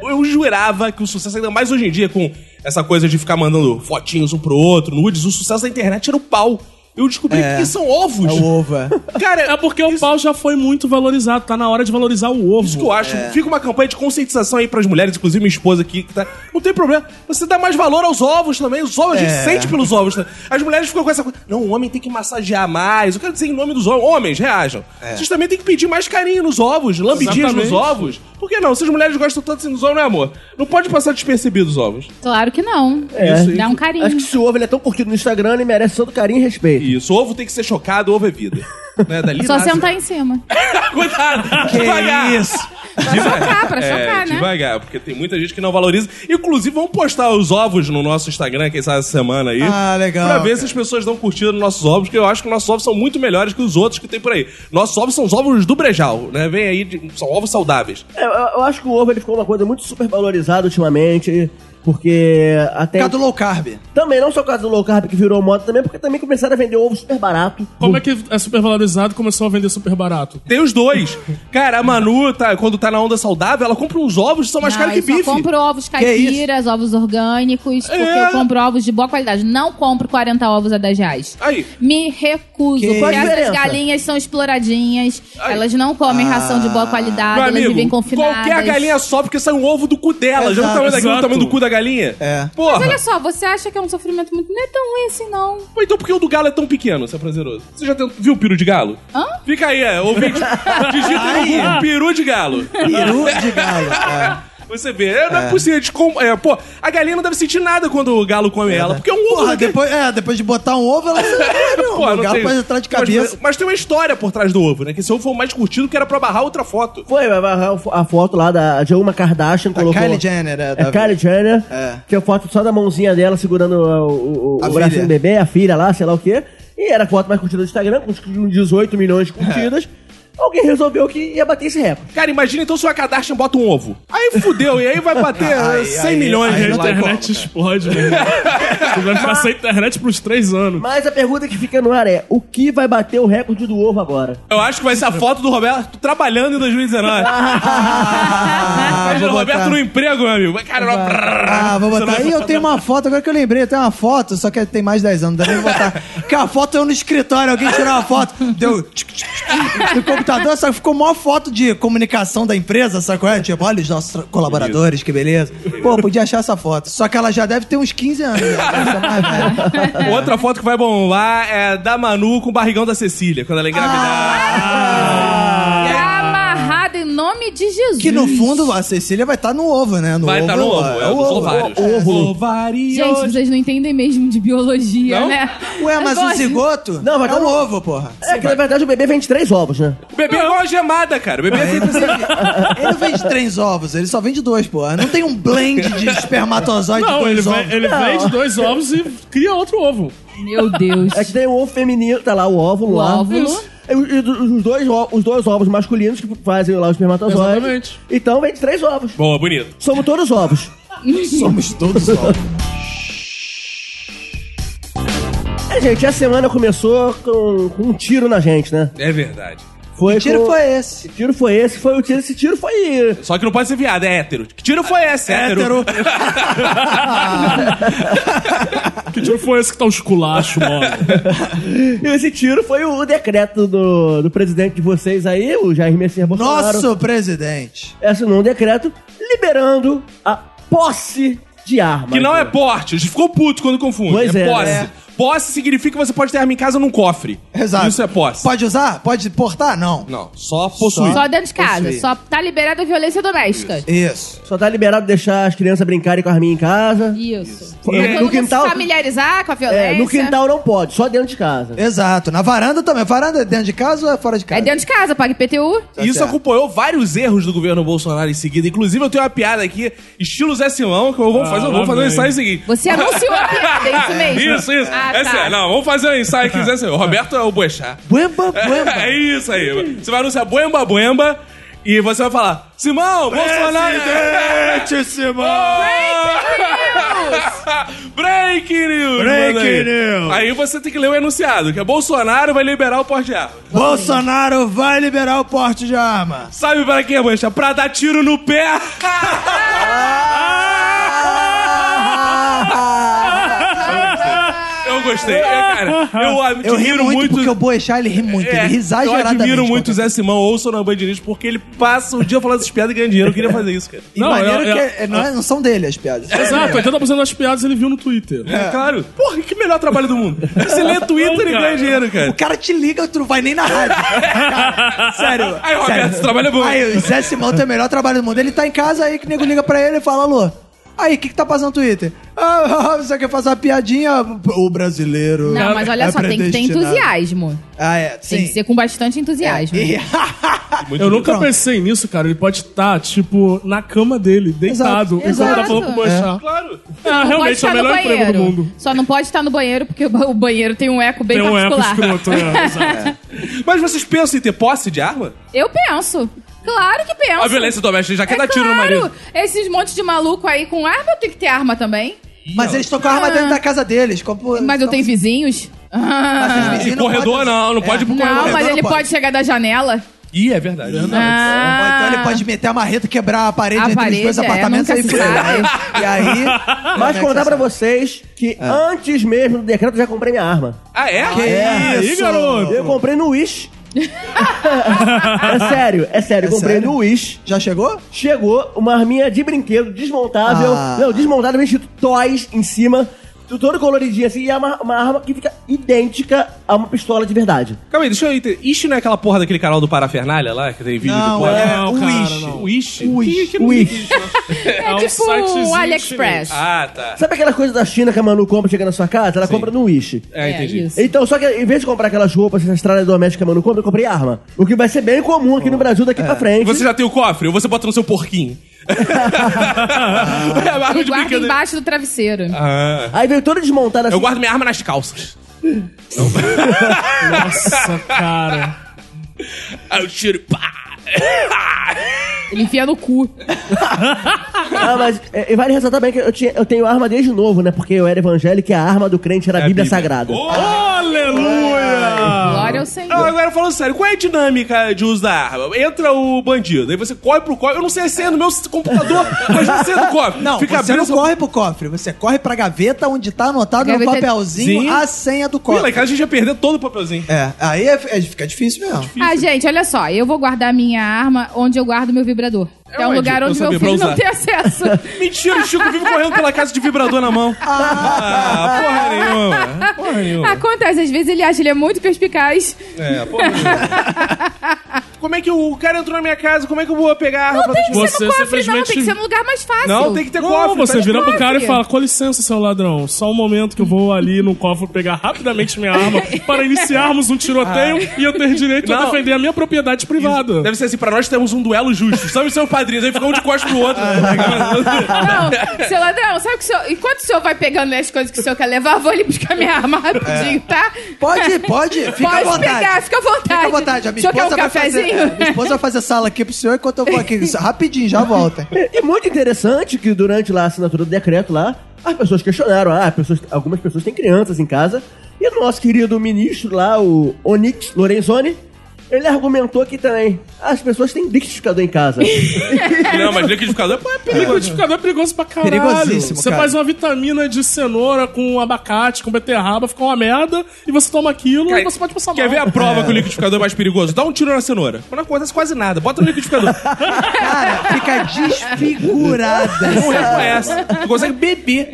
C: Eu jurava que o sucesso, ainda mais hoje em dia, com essa coisa de ficar mandando fotinhos um pro outro, nudes, o sucesso da internet era o pau. Eu descobri
D: É.
C: que são ovos.
D: É o ovo, é.
C: Cara,
F: É porque o pau já foi muito valorizado. Tá na hora de valorizar o ovo.
C: isso que eu acho. Fica uma campanha de conscientização aí pras mulheres, inclusive minha esposa aqui, que tá. Não tem problema. Você dá mais valor aos ovos também. Os ovos, a gente
D: É.
C: sente pelos ovos. Tá? As mulheres ficam com essa coisa. Não, o homem tem que massagear mais. Eu quero dizer em nome dos homens. Homens, reajam. Vocês também têm que pedir mais carinho nos ovos, lambidinhas nos
F: Exatamente.
C: ovos. Por que não? Se as mulheres gostam tanto assim dos ovos, não é amor? Não pode passar despercebido os ovos.
E: Claro que não.
B: É.
E: Dá um carinho.
B: Acho que esse ovo ele é tão curtido no Instagram, ele merece todo carinho e respeito.
C: Isso, ovo tem que ser chocado, ovo é vida. né? Dali
E: Só
C: nasce-
E: sentar em cima.
C: Cuidado!
D: Que
C: devagar!
D: isso?
E: Pra chocar, pra
C: É,
E: chocar, né?
C: devagar, porque tem muita gente que não valoriza. Inclusive, vamos postar os ovos no nosso Instagram, quem sabe essa semana aí.
D: Ah, legal,
C: Pra ver
D: cara.
C: se as pessoas dão curtida nos nossos ovos, porque eu acho que nossos ovos são muito melhores que os outros que tem por aí. Nossos ovos são os ovos do Brejal, né? Vem aí, de- são ovos saudáveis.
B: É, Eu, eu acho que o ovo ele ficou uma coisa muito super valorizada ultimamente. Porque até.
D: Por causa do low carb.
B: Também, não só por causa do low carb que virou moda também, porque também começaram a vender ovo super barato.
F: Como é que é supervalorizado e começou a vender super barato?
C: Tem os dois. Cara, a Manu, tá, quando tá na onda saudável, ela compra uns ovos que são mais
E: Não,
C: caros que
E: Ah, eu
C: bife.
E: Só compro ovos caipiras, ovos orgânicos, porque eu compro ovos de boa qualidade. Não compro 40 ovos a 10 reais.
C: Aí.
E: Me recuso,
B: Que
E: porque
B: isso?
E: essas
B: Diferença.
E: galinhas são exploradinhas,
C: Aí.
E: elas não comem ração de boa qualidade,
C: Meu
E: elas Ah, vivem
C: amigo,
E: confinadas.
C: qualquer galinha só porque sai um ovo do cu dela. Já viu o tamanho daquele, o
F: Exato.
C: tamanho do cu da galinha?
D: É.
C: Porra.
E: Mas olha só, você acha que é um sofrimento muito. Não é tão ruim assim, não.
C: Pô, então por que o do galo é tão pequeno, seu prazeroso? Você já tentou- viu o peru de galo?
E: Hã?
C: Fica aí, é, ouvinte. Digita no
F: é.
C: Google, peru de galo.
D: Peru de galo. É.
C: Você vê, é, não é, possível. eles com- é, pô, a galinha não deve sentir nada quando o galo come
F: né?
C: ela, porque é um ovo
D: Porra,
C: daquele-
D: depois, é, depois de botar um ovo, ela se não,
C: Pô,
D: O galo
C: tem-
D: pode entrar de
C: Mas-
D: cabeça.
C: Mas, tem uma história por trás do ovo, né? Que esse ovo foi o mais curtido que era pra barrar outra foto.
B: Foi, vai barrar o fo- a foto lá da de uma Kardashian
D: Da
B: colocou.
D: Kylie Jenner, é,
B: É,
D: da-
B: Kylie Jenner.
D: É.
B: Tinha foto só da mãozinha dela segurando uh, o, o,
D: A
B: o bracinho do
D: filha.
B: bebê, a filha lá, sei lá o quê. E era a foto mais curtida do Instagram, com uns 18 milhões de
D: É.
B: curtidas. Alguém resolveu que ia bater esse recorde.
C: Cara, imagina então se uma Kardashian bota um ovo. Aí fudeu, e aí vai bater
D: Aí,
C: 100
D: aí,
C: milhões.
F: Aí
D: aí
F: a
D: não vai
F: internet
D: como, cara.
F: explode, meu irmão. Tu vai ficar sem internet pros três anos.
B: Mas a pergunta que fica no ar é: o que vai bater o recorde do ovo agora?
C: Eu acho que vai ser a foto do Roberto trabalhando em 2019.
D: Ah,
C: Imagina o
D: vou
C: Roberto
D: botar.
C: no emprego, meu amigo. Vai, Cara,
D: Ah, vou botar. Aí eu tenho uma foto, agora que eu lembrei, eu tenho uma foto, só que tem mais de 10 anos, dá nem pra botar. Porque a foto eu no escritório, alguém tirou uma foto, deu tchic, tchic, tchic, no computador, só que ficou maior foto de comunicação da empresa, sabe qual é? Tipo, olha os nossos colaboradores, que beleza. Pô, podia achar essa foto. Só que ela já deve ter uns 15 anos. né? Deve ser mais velha.
C: Outra foto que vai bombar é da Manu com o barrigão da Cecília, quando ela engravidar. Ah.
E: Tá amarrado em nome de Jesus.
D: Que no fundo a Cecília vai estar no ovo, né? No
C: vai
D: ovo,
C: estar no ovo, é o dos ovários.
B: ovo.
C: Ovários.
E: Gente, vocês não entendem mesmo de biologia,
C: Não?
E: né?
D: Ué, mas o
E: Agora-
D: zigoto
B: Não, vai
D: é
B: tá
D: um
B: no-
D: ovo, porra.
B: É que na verdade o bebê vende três ovos, né?
C: O bebê é igual a gemada, cara. O bebê é
D: Ele
C: feito
D: não,
C: assim.
D: vende, ele não vende três ovos, ele só vende dois, porra. Não tem um blend de espermatozoide de
F: Não,
D: dois
F: ele,
D: ovos.
F: ve- ele vende dois ovos e cria outro ovo.
E: Meu Deus.
B: É que tem o ovo feminino, tá lá o óvulo
E: O
B: lá.
E: óvulo.
B: Isso. E o- e do- os, dois, o- os dois ovos masculinos que fazem lá os espermatozoides.
F: Exatamente.
B: Então vende três ovos.
C: Boa, bonito.
B: Somos todos ovos.
D: Somos todos ovos.
B: É, gente, a semana começou com, com um tiro na gente, né?
C: É verdade.
B: Foi
D: Que tiro
B: com-
D: foi esse?
B: Que tiro foi esse? Foi o tiro. Esse tiro foi.
C: Só que não pode ser viado, é hétero. Que tiro foi esse? É hétero.
F: Que tiro foi esse que tá os culachos, mano?
B: Esse tiro foi o decreto do, do presidente de vocês aí, o Jair Messias Bolsonaro.
D: Nosso presidente.
B: Assinou um decreto liberando a posse de armas.
C: Que não é porte. A gente ficou puto quando confunde.
B: Pois é,
C: posse.
B: né?
C: Posse significa que você pode ter arma em casa num cofre.
D: Exato.
C: Isso é posse.
D: Pode usar? Pode portar? Não.
C: Não, só possuir.
E: Só dentro de casa.
D: Possuir.
E: Só tá liberada a violência doméstica.
D: Isso.
B: Só tá liberado deixar as crianças brincarem com a arminha em casa.
E: Isso. Então,
B: No
E: todo mundo
B: quintal-
E: se familiarizar com a violência.
B: É, no quintal não pode, só dentro de casa.
D: Exato. Na varanda também. Varanda é dentro de casa ou é fora de casa?
E: É dentro de casa, paga IPTU.
C: Isso
D: certo.
C: acompanhou vários erros do governo Bolsonaro em seguida. Inclusive, eu tenho uma piada aqui, estilo Zé Simão, que eu vou
F: Ah,
C: fazer, eu
F: lá
C: vou fazer um
F: vem.
C: ensaio seguinte.
E: Você anunciou a piada, é isso mesmo?
C: Isso, isso.
E: Ah,
C: É
E: tá.
C: sério, não, vamos fazer um ensaio aqui, Zé Simão. O Roberto é o Boechat.
D: Buemba, buemba.
C: É isso aí. Você vai anunciar Buemba Buemba e você vai falar: Simão, Bolsonaro.
A: Presidente Simão!
C: Break news!
A: Break
C: manda aí.
A: news.
C: Aí você tem que ler o enunciado, que é Bolsonaro vai liberar o porte de arma.
D: Bolsonaro vai liberar o porte de arma.
C: Sabe pra quê, Boechat? Pra dar tiro no pé! Eu gostei. É, cara, eu admiro
D: Eu ri muito,
C: muito.
D: porque o Boechat, ele ri muito.
C: É,
D: ele ri exageradamente.
C: Eu admiro muito o
D: qualquer
C: Zé Simão, ouçam na Band News, porque ele passa o dia falando essas piadas e ganha dinheiro. Eu queria fazer isso, cara.
D: E
F: Não,
D: maneiro
F: eu-
D: que
F: eu-
D: é- não, é- não são dele as piadas.
F: Exato, 80% das piadas ele viu no Twitter.
C: É, claro. Porra, que melhor trabalho do mundo. Você lê Twitter e ganha
F: Não, cara.
C: dinheiro, cara.
D: O cara te liga, tu não vai nem na rádio. Cara, sério.
C: Aí, Roberto,
D: sério.
C: esse trabalho é bom.
D: Aí, o Zé Simão tem o melhor trabalho do mundo. Ele tá em casa, aí que o nego liga pra ele e fala, alô. Aí, o que que tá passando no Twitter? Ah, você quer fazer uma piadinha? O brasileiro
E: Não, mas olha
D: é
E: só, tem que ter
D: predestinado.
E: entusiasmo.
D: Ah, é, sim.
E: Tem que ser com bastante entusiasmo.
D: E-
C: Muito
F: eu nunca
D: Pronto.
F: pensei nisso, cara. Ele pode estar, tipo, na cama dele, deitado, enquanto
E: Exato.
F: tá falando com o Boechat.
C: Claro.
F: É,
E: Não pode
F: realmente é
E: estar
F: o
E: no
F: melhor emprego do
E: banheiro.
F: mundo.
E: Só não pode estar no banheiro, porque o ba- o banheiro tem um eco bem
F: Tem um eco
E: particular.
F: escroto, né?
C: Mas vocês pensam em ter posse de arma?
E: Eu penso. Claro que penso.
C: A violência doméstica já quer
E: é
C: dar
E: claro.
C: tiro no marido.
E: Esses monte de maluco aí com arma, eu tenho que ter arma também.
D: Mas eles estão com a arma dentro da casa deles. Como...
E: Mas eu tenho vizinhos.
D: Mas
E: Ah.
D: eles-
C: E
D: E não
C: corredor
D: pode- É.
C: não, não pode ir pro
E: Não,
C: corredor.
E: mas
D: não
E: ele
D: pode.
E: pode chegar da janela.
C: Ih, é verdade.
D: Ou então ele
E: Ah.
D: pode meter a marreta, quebrar a parede
E: A
D: entre
E: parede,
D: os dois
E: é,
D: apartamentos
E: nunca
D: e
E: se
D: E aí.
C: Ah,
B: Mas
D: como é que
B: contar pra
D: você sabe?
B: vocês que
D: Ah.
B: antes mesmo do decreto eu já comprei minha arma.
C: Ah, é?
D: Que
F: É. Aí,
D: isso?
F: garoto.
B: Eu comprei no Wish. é sério, é sério.
D: É
B: comprei
D: sério?
B: no Wish.
D: Já chegou?
B: Chegou uma arminha de brinquedo desmontável.
D: Ah.
B: Não, desmontável, escrito Toys em cima. tudo Todo coloridinho assim. E é uma, uma arma que fica idêntica a uma pistola de verdade.
C: Calma aí, deixa eu entender. Ishi não é aquela porra daquele canal do Parafernália lá, que tem vídeo do
D: Não,
C: porra?
D: é
F: Não,
D: o
F: cara,
D: Wish.
F: não.
C: O Ishi?
B: Wish.
C: Que- que-
B: Wish.
E: É,
F: um
E: tipo
F: sitezinho
E: um AliExpress.
C: Ah, tá.
B: Sabe aquela coisa da China que a Manu compra e chega na sua casa? Ela compra no Wish.
C: É, entendi.
E: isso.
B: Então, só que em vez de comprar aquelas roupas, essas tralhas domésticas, que a Manu, compra, eu comprei arma. O que vai ser bem comum aqui no Brasil daqui pra
D: é.
B: frente.
C: Você já tem o cofre ou você bota no seu porquinho? é, arma
E: Ele guarda
C: de brincadeira.
E: embaixo do travesseiro.
C: Ah.
B: Aí veio toda desmontada assim.
C: Eu guardo minha arma nas calças.
F: Nossa, cara.
C: Aí eu tiro e pá!
E: Ele enfia no cu.
B: Ah, mas é, e vale ressaltar bem que eu, tinha- eu tenho arma desde novo, né? Porque eu era evangélico e a arma do crente era a Bíblia, Sagrada.
C: Oh! Ah.
F: Aleluia!
E: Glória ao Senhor.
C: Não, agora falando sério, qual é a dinâmica de uso da arma? Entra o bandido, aí você corre pro cofre. Eu não sei a senha do meu computador, mas não é sei do cofre.
D: Não, você
C: Fica abrindo
D: não
C: essa-
D: corre pro cofre. Você corre pra gaveta onde tá anotado
E: Gaveta-
D: no papelzinho
C: Zinho.
D: a senha do
C: Pila,
D: cofre.
C: cara, a gente ia perder todo o papelzinho.
D: É, aí é- é- fica difícil mesmo.
E: Ah, gente, olha só. Eu vou guardar minha arma onde eu guardo meu vibrador. É, um
C: onde?
E: lugar
C: Pra
E: onde
C: saber,
E: meu
C: pra
E: filho não
C: usar.
E: tem acesso.
C: Mentira, o Chico vive correndo pela casa de vibrador na mão. Ah, porra nenhuma. Porra nenhuma.
E: Acontece, às vezes ele acha, ele é muito perspicaz.
C: É, porra nenhuma. Como é que o cara entrou na minha casa? Como é que eu vou pegar a arma pra
E: Tem que
C: deixar-
E: ser
F: Você
E: no cofre, não.
F: simplesmente-
E: Tem que ser num lugar mais fácil.
C: Não, tem que ter
F: Não,
C: cofre.
F: você
C: tá?
F: vira pro cara e
E: cofre.
F: fala: com licença, seu ladrão. Só um momento que eu vou ali no cofre pegar rapidamente minha arma para iniciarmos um tiroteio e eu ter direito a
C: Ah. Não.
F: defender a minha propriedade privada.
C: Deve ser assim, pra nós temos um duelo justo. Sabe os seus padrinhos, aí fica um de costas pro outro. É.
E: Não, seu ladrão, sabe que o senhor, enquanto o senhor vai pegando as coisas que o senhor quer levar, eu vou ali buscar minha arma rapidinho, tá?
D: Pode, pode, fica à
E: Pode
D: vontade.
E: pegar, fica à vontade.
D: Fica à vontade, a minha
E: o senhor quer
D: esposa
E: um
D: vai fazer.
E: cafezinho?
D: é, minha esposa vai fazer sala aqui pro senhor enquanto eu vou aqui. Rapidinho, já volta.
B: E muito interessante que durante lá, a assinatura do decreto lá, as pessoas questionaram, ah, pessoas, algumas pessoas têm crianças em casa, e o nosso querido ministro lá, o Onyx Lorenzoni, ele argumentou que também as pessoas têm liquidificador em casa.
C: Não, mas liquidificador é
F: Liquidificador é perigoso pra caralho.
D: Perigosíssimo,
F: Você
D: cara.
F: faz uma vitamina de cenoura com abacate, com beterraba, fica uma merda, e você toma aquilo e
C: Cara,
F: você pode passar mal.
C: Quer ver a prova que o liquidificador é mais perigoso? Dá um tiro na cenoura. Mas não acontece quase nada. Bota no liquidificador.
D: Cara, fica desfigurada.
C: Não reconhece. Tu consegue beber.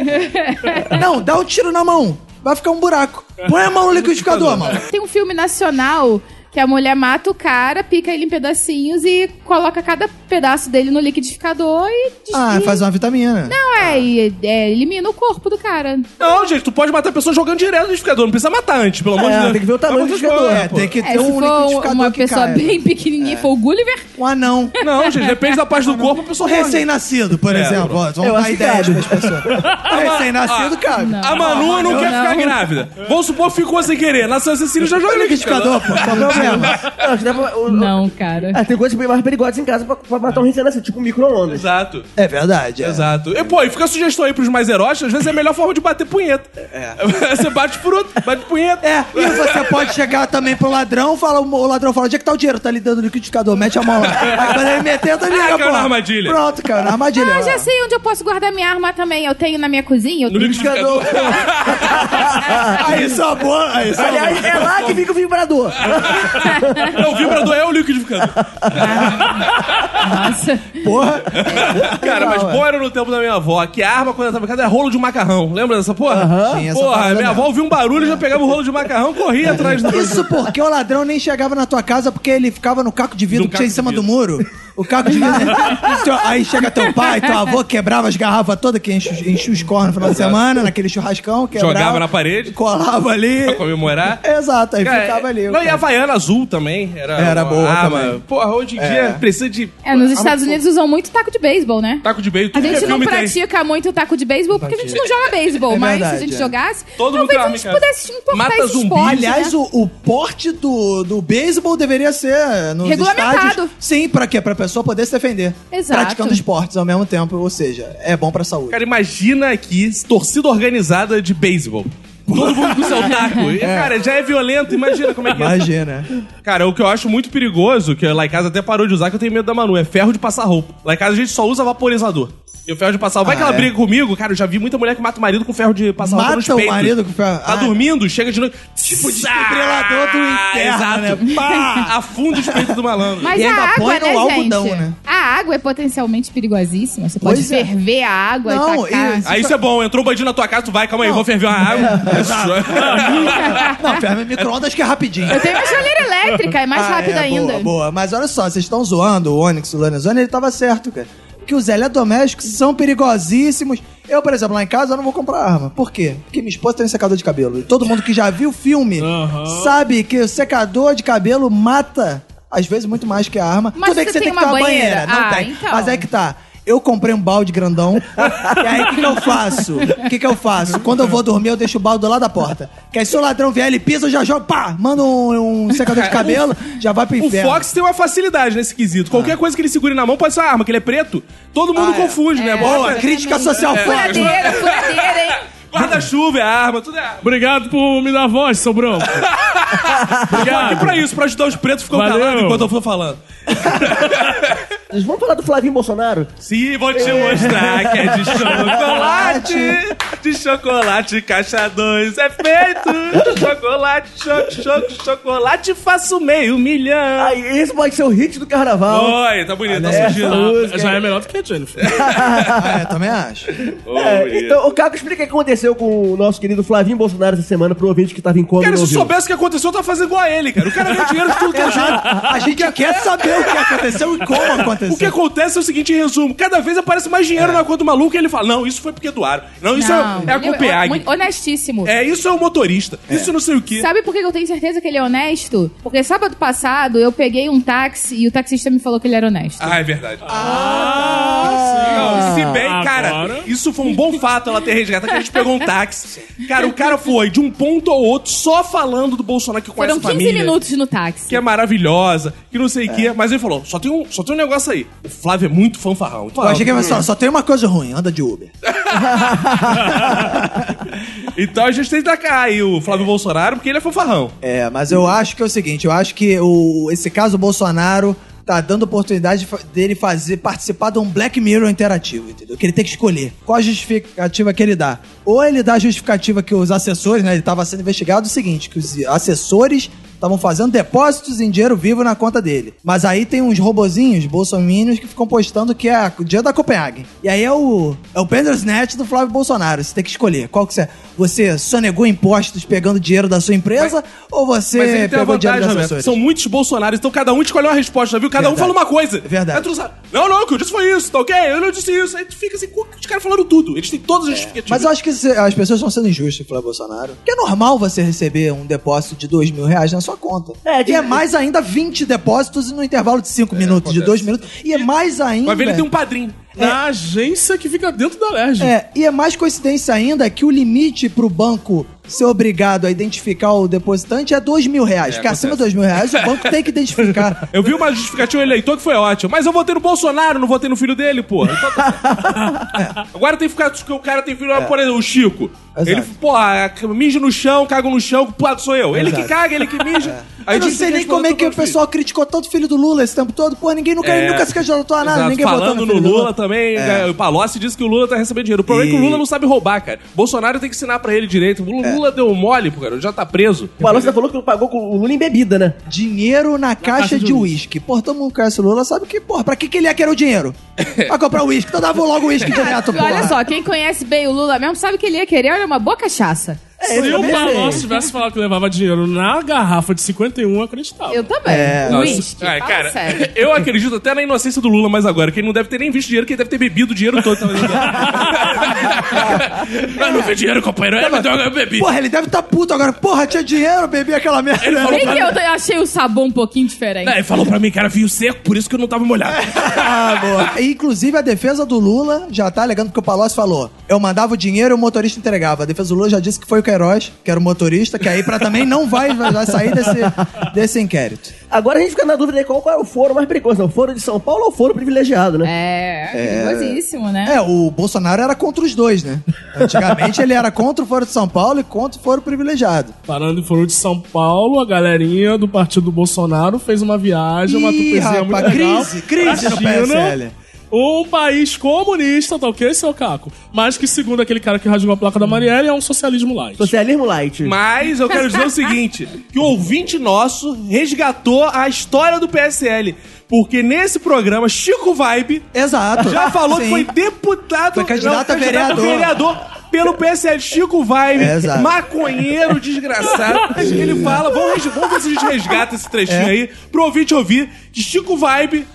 D: Não, dá um tiro na mão. Vai ficar um buraco. Põe a mão no liquidificador, mano.
E: Tem um filme nacional que a mulher mata o cara, pica ele em pedacinhos e coloca cada pedaço dele no liquidificador e... des-
D: Ah,
E: e-
D: faz uma vitamina.
E: Não, é, e, é, elimina o corpo do cara.
C: Não, gente, tu pode matar a pessoa jogando direto no liquidificador. Não precisa matar antes, pelo amor de
B: É,
C: Deus.
B: tem que ver o tamanho do
C: Mas
B: liquidificador.
D: É, tem que
E: É,
D: ter
E: se
D: um
E: for
D: liquidificador
E: uma
D: que
E: pessoa
D: caiba.
E: bem pequenininha, for o Gulliver,
D: Um anão.
C: Não, gente, depende da parte do corpo, a
D: Um
C: pessoa morre.
D: recém-nascido, por
C: É,
D: exemplo. Ó,
B: Eu
D: Vamos
B: acho
D: dar
B: que
D: ideias
B: cabe.
D: pras pessoas. Um recém-nascido, cara.
C: A Manu não, quer ficar grávida. Vamos supor que ficou sem querer. Nasceu Cecília já joga
D: Põe
C: no
D: no
C: liquidificador.
D: liquidificador, pô. Qual é o problema?
B: Não, acho que dá pra- o- o-
E: não,
D: É
E: cara.
B: Ah, tem coisas bem mais perigosas em casa pra, pra matar um recém-nascido, tipo um micro-ondas.
C: Exato.
D: É verdade. é.
C: Exato. E, pô, e fica a sugestão aí pros mais heróis, às vezes é a melhor forma de bater punheta. Você bate fruto, bate punheta.
D: É, e você pode chegar também pro ladrão, fala, o ladrão fala, onde é que tá o dinheiro? Tá lhe dando no liquidificador, mete a mão lá. Aí quando ele meter, tu liga,
C: Ah, caiu
D: pô.
C: na armadilha.
D: Pronto, caiu na armadilha.
E: Ah, já sei onde eu posso guardar minha arma também. Eu tenho na minha cozinha. Eu
C: No
E: tenho-
C: liquidificador.
D: Aí só boa, aí só boa.
B: Aliás, é lá que fica o vibrador.
C: Não, o vibrador é o liquidificador.
E: Nossa.
D: Porra.
C: Cara, mas
D: Não,
C: bom era no tempo da minha avó, que a arma quando ela tava em casa era rolo de macarrão. Lembra dessa porra?
D: Tinha essa
C: Porra,
D: parada
C: minha avó ouvia um barulho e já pegava o rolo de macarrão, corria atrás do.
D: Isso porque o ladrão nem chegava na tua casa porque ele ficava no caco de vidro
C: No
D: que tinha em
C: caco de
D: cima do
C: vidro.
D: muro. O Caco de Seu- Aí chega teu pai, teu avô, quebrava as garrafas todas, que enche, os- enche os cornos no final de semana, naquele churrascão, quebrava.
C: Jogava na parede.
D: Colava ali.
C: Pra comemorar.
D: Exato, aí
C: Cara,
D: ficava ali. o
C: Não, e a
D: cara.
C: Havaiana azul também. Era,
D: Era
C: uma
D: boa
C: arma.
D: também.
C: Porra, hoje em dia precisa de
E: É,
D: Ah,
E: nos Estados Unidos usam muito taco de beisebol, né?
C: taco de
E: A
C: beijo. Tudo que
E: gente
C: é
E: não
C: filme tem.
E: pratica muito taco de beisebol porque a gente não joga beisebol,
D: É
E: mas
D: verdade,
E: se a gente
D: é.
E: jogasse,
C: Todo mundo
E: talvez a
C: arma em
E: gente
C: casa.
E: pudesse importar
C: Mata
E: esse
C: zumbi.
E: esporte,
D: Aliás,
E: né?
D: o, o porte do, do beisebol deveria ser nos
E: Regulamentado.
D: estádios. Sim, pra quê? Pra pessoa poder se defender.
E: Exato.
D: Praticando esportes ao mesmo tempo, ou seja, é bom pra saúde.
C: Cara, imagina aqui torcida organizada de beisebol. Todo mundo com seu taco. E, cara, já é violento, imagina como é que é.
D: Imagina.
C: Cara, o que eu acho muito perigoso, que lá em casa até parou de usar, que eu tenho medo da Manu, é ferro de passar roupa. Lá em casa a gente só usa vaporizador. E o ferro de passar roupa. Vai
D: Ah,
C: que ela
D: é?
C: briga comigo, cara, eu já vi muita mulher que mata o marido com ferro de passar roupa
D: Mata
C: nos
D: o
C: peitos.
D: marido com ferro-
C: Tá
D: Ah.
C: dormindo, chega de noite. Tipo
D: desfibrilador do inferno,
C: Exato.
D: né?
C: Pá! Afunda os peitos do malandro.
E: Mas
D: E
E: a
D: ainda
E: água,
D: põe
E: né,
D: no algodão,
E: gente?
D: né?
E: A água é potencialmente perigosíssima. Você pode
D: Pois é.
E: ferver a água
D: Não,
E: e tacar.
D: e-
C: Aí isso é bom, entrou um bandido na tua casa, tu vai, calma aí, vou ferver uma água.
D: Não, ferro é micro-ondas que é rapidinho.
E: Eu tenho uma chaleira elétrica, é mais
D: Ah,
E: rápido
D: é,
E: ainda.
D: Boa, boa. Mas olha só, vocês estão zoando o Onyx, o Lanazone, ele tava certo, cara. Que os eletrodomésticos são perigosíssimos. Eu, por exemplo, lá em casa, eu não vou comprar arma. Por quê? Porque minha esposa tem um secador de cabelo. E todo mundo que já viu o filme
F: Aham.
D: sabe que o secador de cabelo mata, às vezes, muito mais que a arma.
E: Mas
D: Tudo bem que
E: você
D: você tem, que
E: tem
D: ter
E: uma
D: uma banheira.
E: banheira?
D: Não
E: Ah,
D: tem.
E: então.
D: Mas é que tá. Eu comprei um balde grandão. e aí, o que, que eu faço? O que, que eu faço? Quando eu vou dormir, eu deixo o balde do lado da porta. Que aí, se o ladrão vier, ele pisa, eu já jogo, pá! Manda um, um secador de cabelo, já vai pro
C: O
D: inferno.
C: Fox tem uma facilidade nesse quesito. Qualquer coisa que ele segure na mão pode ser uma arma, que ele é preto. Todo mundo
D: Ah, é.
C: confunde, né?
D: Boa,
C: Bota-
D: crítica
E: Exatamente.
D: social Fox.
C: É,
E: Furadeira, furadeira, hein?
C: Guarda-chuva é arma, tudo é arma.
F: Obrigado por me dar voz, seu branco.
C: Aqui
F: Obrigado.
C: pra isso, pra ajudar os pretos ficam
F: Valeu.
C: calados enquanto eu for falando.
B: Vamos falar do Flavinho Bolsonaro?
C: Sim, vou te mostrar que é de chocolate. De chocolate, caixa 2 é feito. De chocolate, cho cho chocolate, faço meio milhão.
B: Aí, esse pode ser o hit do carnaval.
C: Oi, tá bonito, tá
B: Olha
C: surgindo.
B: essa música.
F: Já é melhor do que a Jennifer.
D: Ah, é, também acho.
C: Ô,
B: É,
C: bonito.
B: então, o Caco, explica o que aconteceu com o nosso querido Flavinho Bolsonaro essa semana pro ouvinte que tava em coma. e
C: Cara,
B: não
C: se eu
B: ouviu.
C: soubesse o que aconteceu, eu tava fazendo igual a ele, cara. O cara ganha dinheiro de tudo que é jeito.
D: A gente quer saber o que aconteceu e como aconteceu.
C: O que acontece é o seguinte, em resumo: cada vez aparece mais dinheiro na conta do maluco e ele fala: Não, isso foi porque doaram. Não, isso
E: Não,
C: é, é a
E: ele
C: Copenhague.
E: muito Honestíssimo.
C: É, isso é o motorista. Isso não sei o quê.
E: Sabe por que eu tenho certeza que ele é honesto? Porque sábado passado eu peguei um táxi e o taxista me falou que ele era honesto.
C: Ah, é verdade. Não, se bem, cara,
F: Agora-
C: isso foi um bom fato ela ter resgatado, que a gente pegou um táxi. Cara, o cara foi de um ponto ao outro só falando do Bolsonaro que conhece
E: Foram 15
C: a família.
E: minutos no táxi.
C: Que é maravilhosa, que não sei o quê. Mas ele falou: só tem, um, só tem um negócio aí. O Flávio é muito fanfarrão.
D: Eu achei que ia falar, só tem uma coisa ruim, anda de Uber.
C: Então a gente tem que tacar aí o Flávio Bolsonaro, porque ele é fanfarrão.
D: É, mas eu acho que é o seguinte, eu acho que o, esse caso Bolsonaro tá dando oportunidade de fa- dele fazer participar de um Black Mirror interativo, entendeu? Que ele tem que escolher qual a justificativa que ele dá. Ou ele dá a justificativa que os assessores, né, ele tava sendo investigado o seguinte, que os assessores estavam fazendo depósitos em dinheiro vivo na conta dele. Mas aí tem uns robozinhos bolsominions que ficam postando que é o dia da Copenhague. E aí é o é o Bandersnatch do Flávio Bolsonaro. Você tem que escolher qual que você é. Você sonegou impostos pegando dinheiro da sua empresa ou você
C: Mas ele tem a
D: pegou dinheiro
C: vantagem,
D: das
C: Roberto.
D: assessores?
C: São muitos Bolsonaros, então cada um escolheu uma resposta, viu? Cada um
D: Verdade.
C: fala uma coisa.
D: Verdade.
C: Aí tu sabe, não, não, o que eu disse foi isso, tá ok? Eu não disse isso. Aí tu fica assim, cu- os caras falaram tudo. Eles têm todas as justificativas.
D: É. Mas eu acho que se- as pessoas estão sendo injustas, Flávio Bolsonaro. Porque é normal você receber um depósito de dois mil reais na sua conta.
B: É, de-
D: E é mais ainda 20 depósitos no intervalo de cinco minutos, de dois minutos. E é mais ainda...
C: Vai ver, ele tem um padrinho.
F: Na agência que fica dentro da Lerge.
D: É, e é mais coincidência ainda que o limite pro banco ser obrigado a identificar o depositante é dois mil reais. Porque acima de dois mil reais o banco tem que identificar.
C: Eu vi uma justificativa eleitor que foi ótima. Mas eu votei no Bolsonaro, não votei no filho dele, porra. Então tá certo. Agora tem que ficar. que O cara tem filho, por exemplo, o Chico.
D: É. Exato.
C: Ele, porra, mija no chão, caga no chão, pô, sou eu. Ele que
D: Exato. É.
C: caga, ele que mija. Aí
D: Eu não
C: diz
D: sei nem
C: eles votam
D: como é que o
C: pelo filho.
D: pessoal criticou todo filho do Lula esse tempo todo. Pô, ninguém nunca,
C: É.
D: nunca se candidatou a nada,
C: Exato.
D: ninguém
C: Falando
D: votou
C: no Lula,
D: Lula. tá- É.
C: também, né, o Palocci disse que o Lula tá recebendo dinheiro. O problema é que o
D: E- É.
C: Lula não sabe roubar, cara. Bolsonaro tem que ensinar pra ele direito. O Lula, Lula deu mole, pô, cara, ele já tá preso.
B: O Balança falou que não pagou com o Lula em bebida, né?
D: Dinheiro na, caixa, de uísque. Pô, todo mundo conhece o Lula, sabe que, porra, pra que, que ele ia querer o dinheiro? pra comprar uísque. Então dava logo uísque direto,
E: Cara,
D: porra.
E: olha só, quem conhece bem o Lula mesmo sabe que ele ia querer olha, uma boa cachaça.
F: Se
B: eu
F: o
B: também
F: Palocci
B: sei.
F: tivesse falado que levava dinheiro na garrafa de 51, eu acreditava.
E: Eu também.
D: É.
E: Luiz,
C: Nossa, ah,
E: cara.
C: cara,
E: Sério.
C: eu acredito até na inocência do Lula, mas agora, que ele não deve ter nem visto dinheiro, que ele deve ter bebido o dinheiro todo. talvez. eu não vi dinheiro, companheiro.
D: Tá,
C: Eu, então eu bebi.
D: Porra, ele deve tá puto agora. Porra, tinha dinheiro, bebi aquela merda.
C: Ele falou
E: Bem
C: pra
E: que
C: mim.
E: eu achei o sabor um pouquinho diferente.
C: Não, ele falou pra mim que era vinho seco, por isso que eu não tava molhado.
D: Ah, boa. E, Inclusive, a defesa do Lula já tá alegando porque o Palocci falou: eu mandava o dinheiro e o motorista entregava. A defesa do Lula já disse que foi o Queiroz, que era o motorista, que aí pra também não vai, vai sair desse, desse inquérito.
B: Agora a gente fica na dúvida aí qual, qual é o foro mais perigoso, né? O foro de São Paulo ou o foro privilegiado, né?
E: É, perigosíssimo, né?
D: É, o Bolsonaro era contra os dois, né? Antigamente ele era contra o Foro de São Paulo e contra o Foro Privilegiado.
F: Parando em Foro de São Paulo, a galerinha do partido do Bolsonaro fez uma viagem, uma
D: Ih,
F: tupezinha muito
D: rapaz,
F: legal.
D: crise, crise
F: pra
D: no
F: China,
D: PSL.
F: Um país comunista, tá ok, seu Caco? Mas que, segundo aquele cara que rasgou a placa da Marielle, é um socialismo light.
B: Socialismo light.
C: Mas eu quero dizer o seguinte: que o ouvinte nosso resgatou a história do PSL. Porque nesse programa, Chico Vibe
D: Exato.
C: já falou que
D: Sim.
C: foi deputado.
D: Foi candidato
C: não,
D: a vereador.
C: vereador pelo PSL. Chico Vibe,
D: É, exato.
C: maconheiro desgraçado. Ele fala: vamos, res- vamos ver se a gente resgata esse
D: É.
C: trechinho aí pro ouvinte ouvir de Chico Vibe.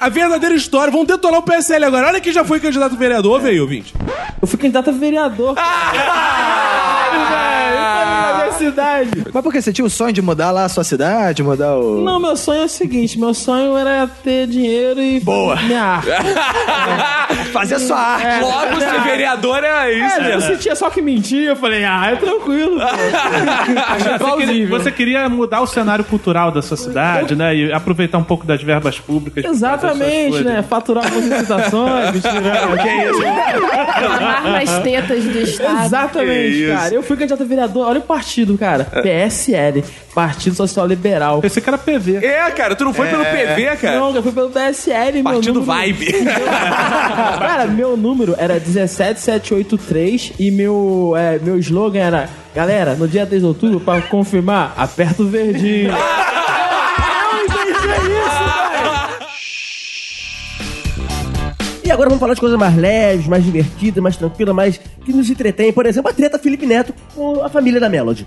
C: A verdadeira história, vão detonar o PSL agora. Olha quem já foi candidato a vereador, veio, ouvinte. Ah,
G: Eu fui candidato a vereador. cara, na minha cidade.
D: Mas por que você tinha o sonho de mudar lá a sua cidade, mudar o.
G: Não, meu sonho é o seguinte: meu sonho era ter dinheiro e. Boa! Minha arte.
D: fazer a sua arte.
C: Logo, ser vereador é isso,
G: É, eu sentia só que mentia, eu falei, ah, é tranquilo.
H: Você queria, você queria mudar o cenário cultural da sua cidade, né? E aproveitar um pouco das verbas públicas. pra fazer suas
G: Exatamente,
H: coisas. Ah,
G: né? Faturar algumas licitações, né? tirar-
D: É.
E: Tomar nas tetas do Estado.
G: Exatamente, cara. Eu fui candidato a vereador. Olha o partido, cara.
H: É.
G: PSL. Partido Social Liberal.
H: Pensei que era PV.
C: É, cara, tu não foi pelo PV, cara.
G: Não, eu fui pelo PSL, meu
C: Partido
G: número...
C: Vibe.
G: Cara, meu número era 17783 e meu, é, meu slogan era Galera, no dia 10 de outubro, pra confirmar, aperta o verdinho. Eu entendi isso, velho.
B: E agora vamos falar de coisas mais leves, mais divertidas, mais tranquilas, mais que nos entretém. Por exemplo, a treta Felipe Neto com a família da Melody.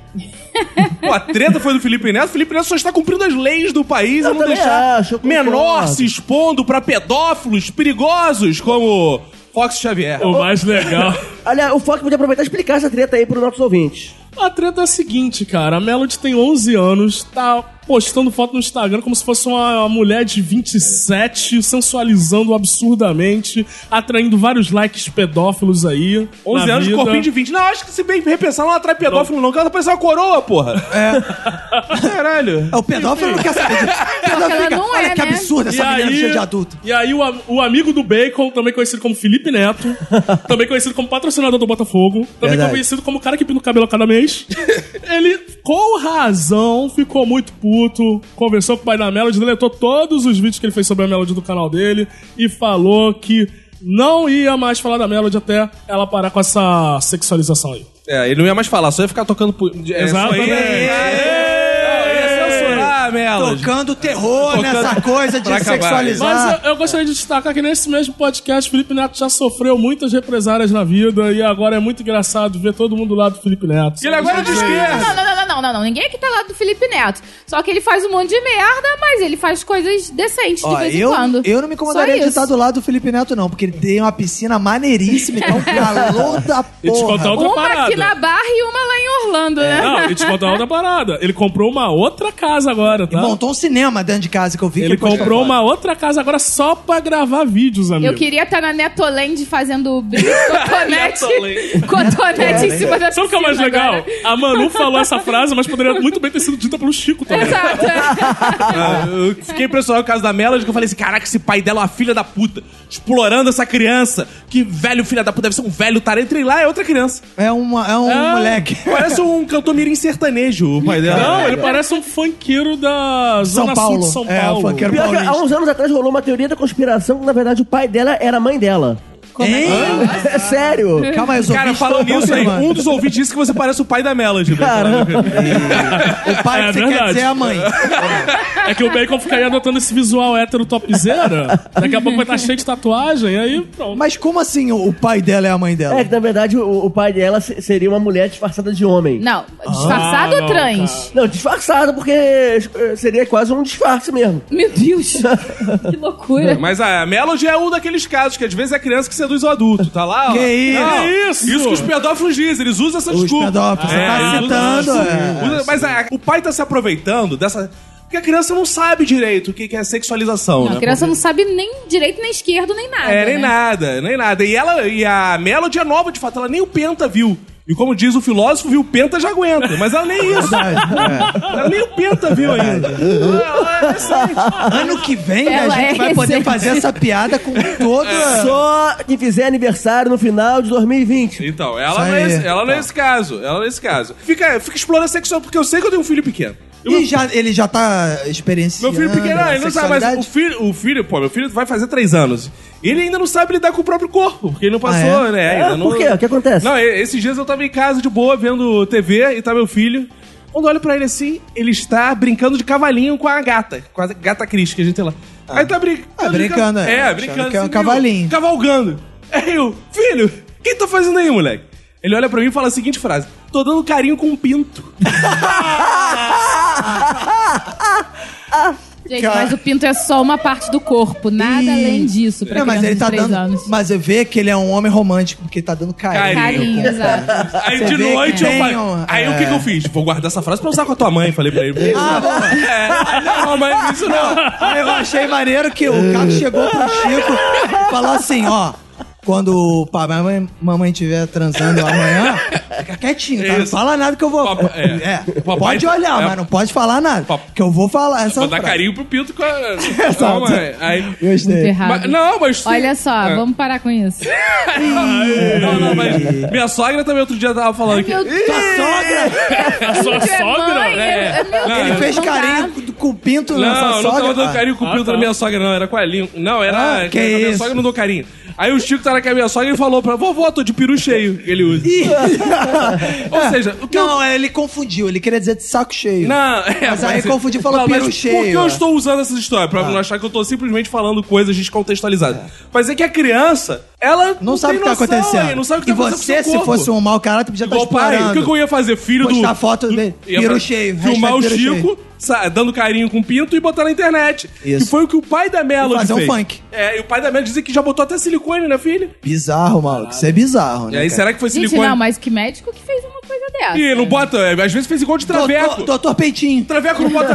C: Pô, a treta foi do Felipe Neto. O Felipe Neto só está cumprindo as leis do país
B: Eu
C: e não
B: também
C: deixar
B: acho, eu concordo.
C: menor se expondo pra pedófilos perigosos como Fox Xavier.
F: O mais legal.
B: Olha, o Fox podia aproveitar e explicar essa treta aí para os nossos ouvintes.
F: A treta é a seguinte, cara. A Melody tem 11 anos, tá postando foto no Instagram como se fosse uma mulher de 27, sensualizando absurdamente, atraindo vários likes pedófilos aí.
C: 11
F: na
C: anos de
F: vida.
C: corpinho de 20. Não, acho que se bem repensar, não atrai pedófilo não, que ela tá parecendo uma coroa, porra. É. Caralho.
D: É, o pedófilo não quer saber disso. O pedófilo
E: ela
D: fica,
E: não é,
D: Olha que
E: né?
D: absurdo
F: E
D: essa menina cheia
F: aí,
D: de adulto.
F: e aí o, am- o amigo do Bacon, também conhecido como Felipe Neto, também conhecido como patrocinador do Botafogo, também
D: Verdade.
F: conhecido como o cara que pinta o cabelo a cada mês, ele, com razão, ficou muito puto, conversou com o pai da Melody, deletou todos os vídeos que ele fez sobre a Melody do canal dele e falou que não ia mais falar da Melody até ela parar com essa sexualização aí.
C: É, ele não ia mais falar, só ia ficar tocando... pu- de- é,
F: Exato,
C: só ia-
F: né?
C: Não, ia censurar, Melody.
D: Tocando terror
C: Tá Tocando-
D: nessa coisa de
C: Pra acabar,
D: sexualizar.
F: Mas eu, eu gostaria de destacar que nesse mesmo podcast, Felipe Neto já sofreu muitas represárias na vida e agora é muito engraçado ver todo mundo do lado do Felipe Neto.
C: Ele agora é de esquerda.
E: Não, não, não, não, não, não, não. Ninguém aqui tá lá do Felipe Neto. Só que ele faz um monte de merda, mas ele faz coisas decentes de
D: Ó,
E: vez em
D: eu,
E: quando.
D: eu não me incomodaria de
E: isso.
D: estar do lado do Felipe Neto, não, porque ele tem uma piscina maneiríssima e tá um calor da
F: E te
D: porra.
F: contar outra
E: Uma
F: parada.
E: aqui na barra e uma lá em Orlando, né?
F: Não, e te contar outra parada. Ele comprou uma outra casa agora,
D: E
F: tá?
D: montou um cinema dentro de casa que eu vi. que
F: Ele
D: postou
F: comprou
D: agora.
F: uma outra casa agora só pra gravar vídeos, amigo.
E: Eu queria estar na Netoland fazendo brinco, cotonete, cotonete em
D: né?
E: cima da
F: Sabe o que é o mais
E: piscina
F: legal?
E: agora.
F: A Manu falou essa frase, mas poderia muito bem ter sido dita pelo Chico também.
E: Exato.
C: Ah, eu fiquei impressionado com o caso da Melody, que eu falei assim: caraca, esse pai dela é uma filha da puta, explorando essa criança. Que velho filha da puta, deve ser um velho tarento. E lá é outra criança.
D: É, uma, é um
F: Ah.
D: moleque.
C: Parece um cantor mirim sertanejo, o pai dela.
D: é
F: Não, ele parece um funkeiro da
D: São
F: Zona
D: Paulo.
F: Sul de São
D: É,
F: Paulo.
D: o funkeiro
B: Pior que há
D: paulista.
B: uns anos atrás rolou uma teoria da conspiração que, na verdade, o pai dela era a mãe dela. É sério.
D: Calma aí, eu sou
C: Cara, falando
D: é
C: nisso, hein, um dos ouvintes disse que você parece o pai da Melody. né?
D: O pai
F: É
D: que você quer
F: verdade.
D: dizer é a mãe.
F: É que o Bacon ficaria adotando esse visual hétero topzera. Daqui a pouco vai estar cheio de tatuagem, aí pronto.
D: Mas como assim o o pai dela é a mãe dela?
B: É que na verdade o, o pai dela se- seria uma mulher disfarçada de homem.
E: Não,
D: Ah,
E: disfarçado ou trans?
B: Não, disfarçada, porque eh, seria quase um disfarce mesmo.
E: Meu Deus, que loucura.
C: Mas a Melody é um daqueles casos que às vezes é a criança que seduz o adulto, tá lá? ó.
D: Que isso?
C: Não,
F: Que isso?
C: Isso que os pedófilos dizem, eles usam essa
D: Os
C: desculpa. É,
D: pedófilos, você tá
C: eles usam essa
D: citando,
C: desculpa.
D: é.
C: Usa- mas a- o pai tá se aproveitando dessa... Porque a criança não sabe direito o que, que é sexualização,
E: Não,
C: né?
E: a criança não sabe nem direito, nem esquerdo, nem nada.
C: É, nem
E: né?
C: nada, nem nada. E, ela, e a Melody é nova, de fato, ela nem o Penta viu. E como diz o filósofo, viu o Penta já aguenta. Mas ela
D: É
C: nem isso. Ela nem o Penta viu ainda. Ela- ela é recente.
D: Ano que vem né, a
E: Ela
D: gente
E: é
D: vai poder
E: recente.
D: fazer essa piada com toda.
B: Só que fizer aniversário no final de 2020.
C: Então, ela
D: Isso
C: não é
D: aí. tá.
C: esse, ela não é esse caso. Ela não é esse caso. Fica, fica explorando sexual, porque eu sei que eu tenho um filho pequeno. E o
D: E já, ele já tá experienciando.
C: Meu filho pequeno,
D: a
C: ah, ele não sabe, mas o
D: sexualidade.
C: filho, o filho, pô, meu filho vai fazer três anos. Ele ainda não sabe lidar com o próprio corpo, porque ele não passou,
D: Ah, é?
C: né?
B: Ah,
C: Ainda não-
B: por quê? O que acontece?
C: Não, e- esses dias eu tava em casa de boa, vendo TV, e tá meu filho. Quando eu olho pra ele assim, ele está brincando de cavalinho com a gata, com a gata Cris, que a gente tem lá. Aí tá brin- tá
D: brincando, Ah. é.
C: É,
D: Achando
C: brincando.
D: que é um
C: assim,
D: cavalinho.
C: viu? Cavalgando. Aí eu, filho, o que tá fazendo aí, moleque? Ele olha pra mim e fala a seguinte frase: tô dando carinho com um pinto.
E: Gente,
D: Cara.
E: mas o pinto é só uma parte do corpo, nada além disso pra
D: É, mas
E: criança
D: ele tá
E: de 3
D: dando.
E: anos.
D: Mas eu vê que ele é um homem romântico, porque ele tá dando carinho.
E: Carinho, exato.
C: Aí
D: Você
C: de
D: vê que
C: noite eu
D: tem
C: falei.
D: um-
C: Aí o que, que eu fiz? Vou guardar essa frase pra usar com a tua mãe, falei pra ele. é, não, mas isso não.
D: Aí Ah, eu achei maneiro que o Caco chegou pro Chico e falou assim, ó. Quando o papai e a mamãe- mamãe estiver transando amanhã, fica quietinho, tá? Não
C: Isso.
D: fala nada que eu vou.
C: Papa- é.
D: É,
C: Papai-
D: pode olhar,
C: é.
D: mas não pode falar nada.
C: Pap-
D: Que eu vou falar essa é
C: Vou dar
D: frase.
C: carinho pro pinto com a.
D: Exato.
C: Não, mãe. Aí,
E: Muito
D: Gostei.
E: errado.
C: Mas- não, mas.
E: Tá. Olha só,
C: É.
E: vamos parar com isso.
C: Não, não, mas. Minha sogra também outro dia tava falando que.
E: Meu Deus,
D: Sua sogra!
F: A sua
E: é mãe,
F: sogra?
E: é- é meu
D: Ele
E: Deus,
D: fez
E: não dá.
D: carinho com o pinto na
C: Não,
D: sua
C: não
D: sogra.
C: tava dando
D: Ah.
C: carinho com o
F: Ah,
C: pinto
F: tá.
C: da minha sogra, não. Era com a língua. Não, era.
D: Ah, que
C: com a minha
D: isso.
C: sogra não deu carinho. Aí o Chico tava com a minha sogra e falou pra vovó, tô de peru cheio. que Ele usa. Ou seja, o que eu.
D: É. Não, ele confundiu, ele queria dizer de saco cheio.
C: Não, é,
D: Mas aí confundi e falou
C: Não,
D: peru
C: mas Por que
D: cheio, Ah.
C: eu
D: ó.
C: estou usando essas histórias? Pra não achar que eu tô simplesmente falando coisas descontextualizadas. Mas é que a criança, ela
D: Não, sabe o que
C: tem
D: tá
C: noção,
D: acontecendo.
C: hein? Não sabe o que
D: e
C: tá
D: você,
C: acontecendo com o
D: se
C: corpo.
D: fosse um mau caráter, já tá
C: Igual pai, o
D: explorando.
C: que, que eu ia fazer? Filho do.
D: Postar foto
C: do-
D: dele,
C: ia
D: peru
C: fa-
D: cheio,
C: Filmar
D: hashtag
C: o
D: peru
C: Chico
D: cheio.
C: sa- dando carinho com pinto e botar na internet.
D: Isso.
C: Que foi o que o pai da Melody
D: E fazer um
C: fez.
D: funk.
C: É, e o pai da Melody dizia que já botou até silicone, né, filho?
D: Bizarro, maluco. Isso é bizarro,
C: E
D: né?
C: aí,
D: cara?
C: será que foi
E: Gente,
C: silicone?
E: não, mas assim, que médico que fez uma coisa dessa?
C: Ih, não bota. é, Às vezes fez igual de traveco.
D: Doutor, doutor Peitinho.
C: Traveco não bota.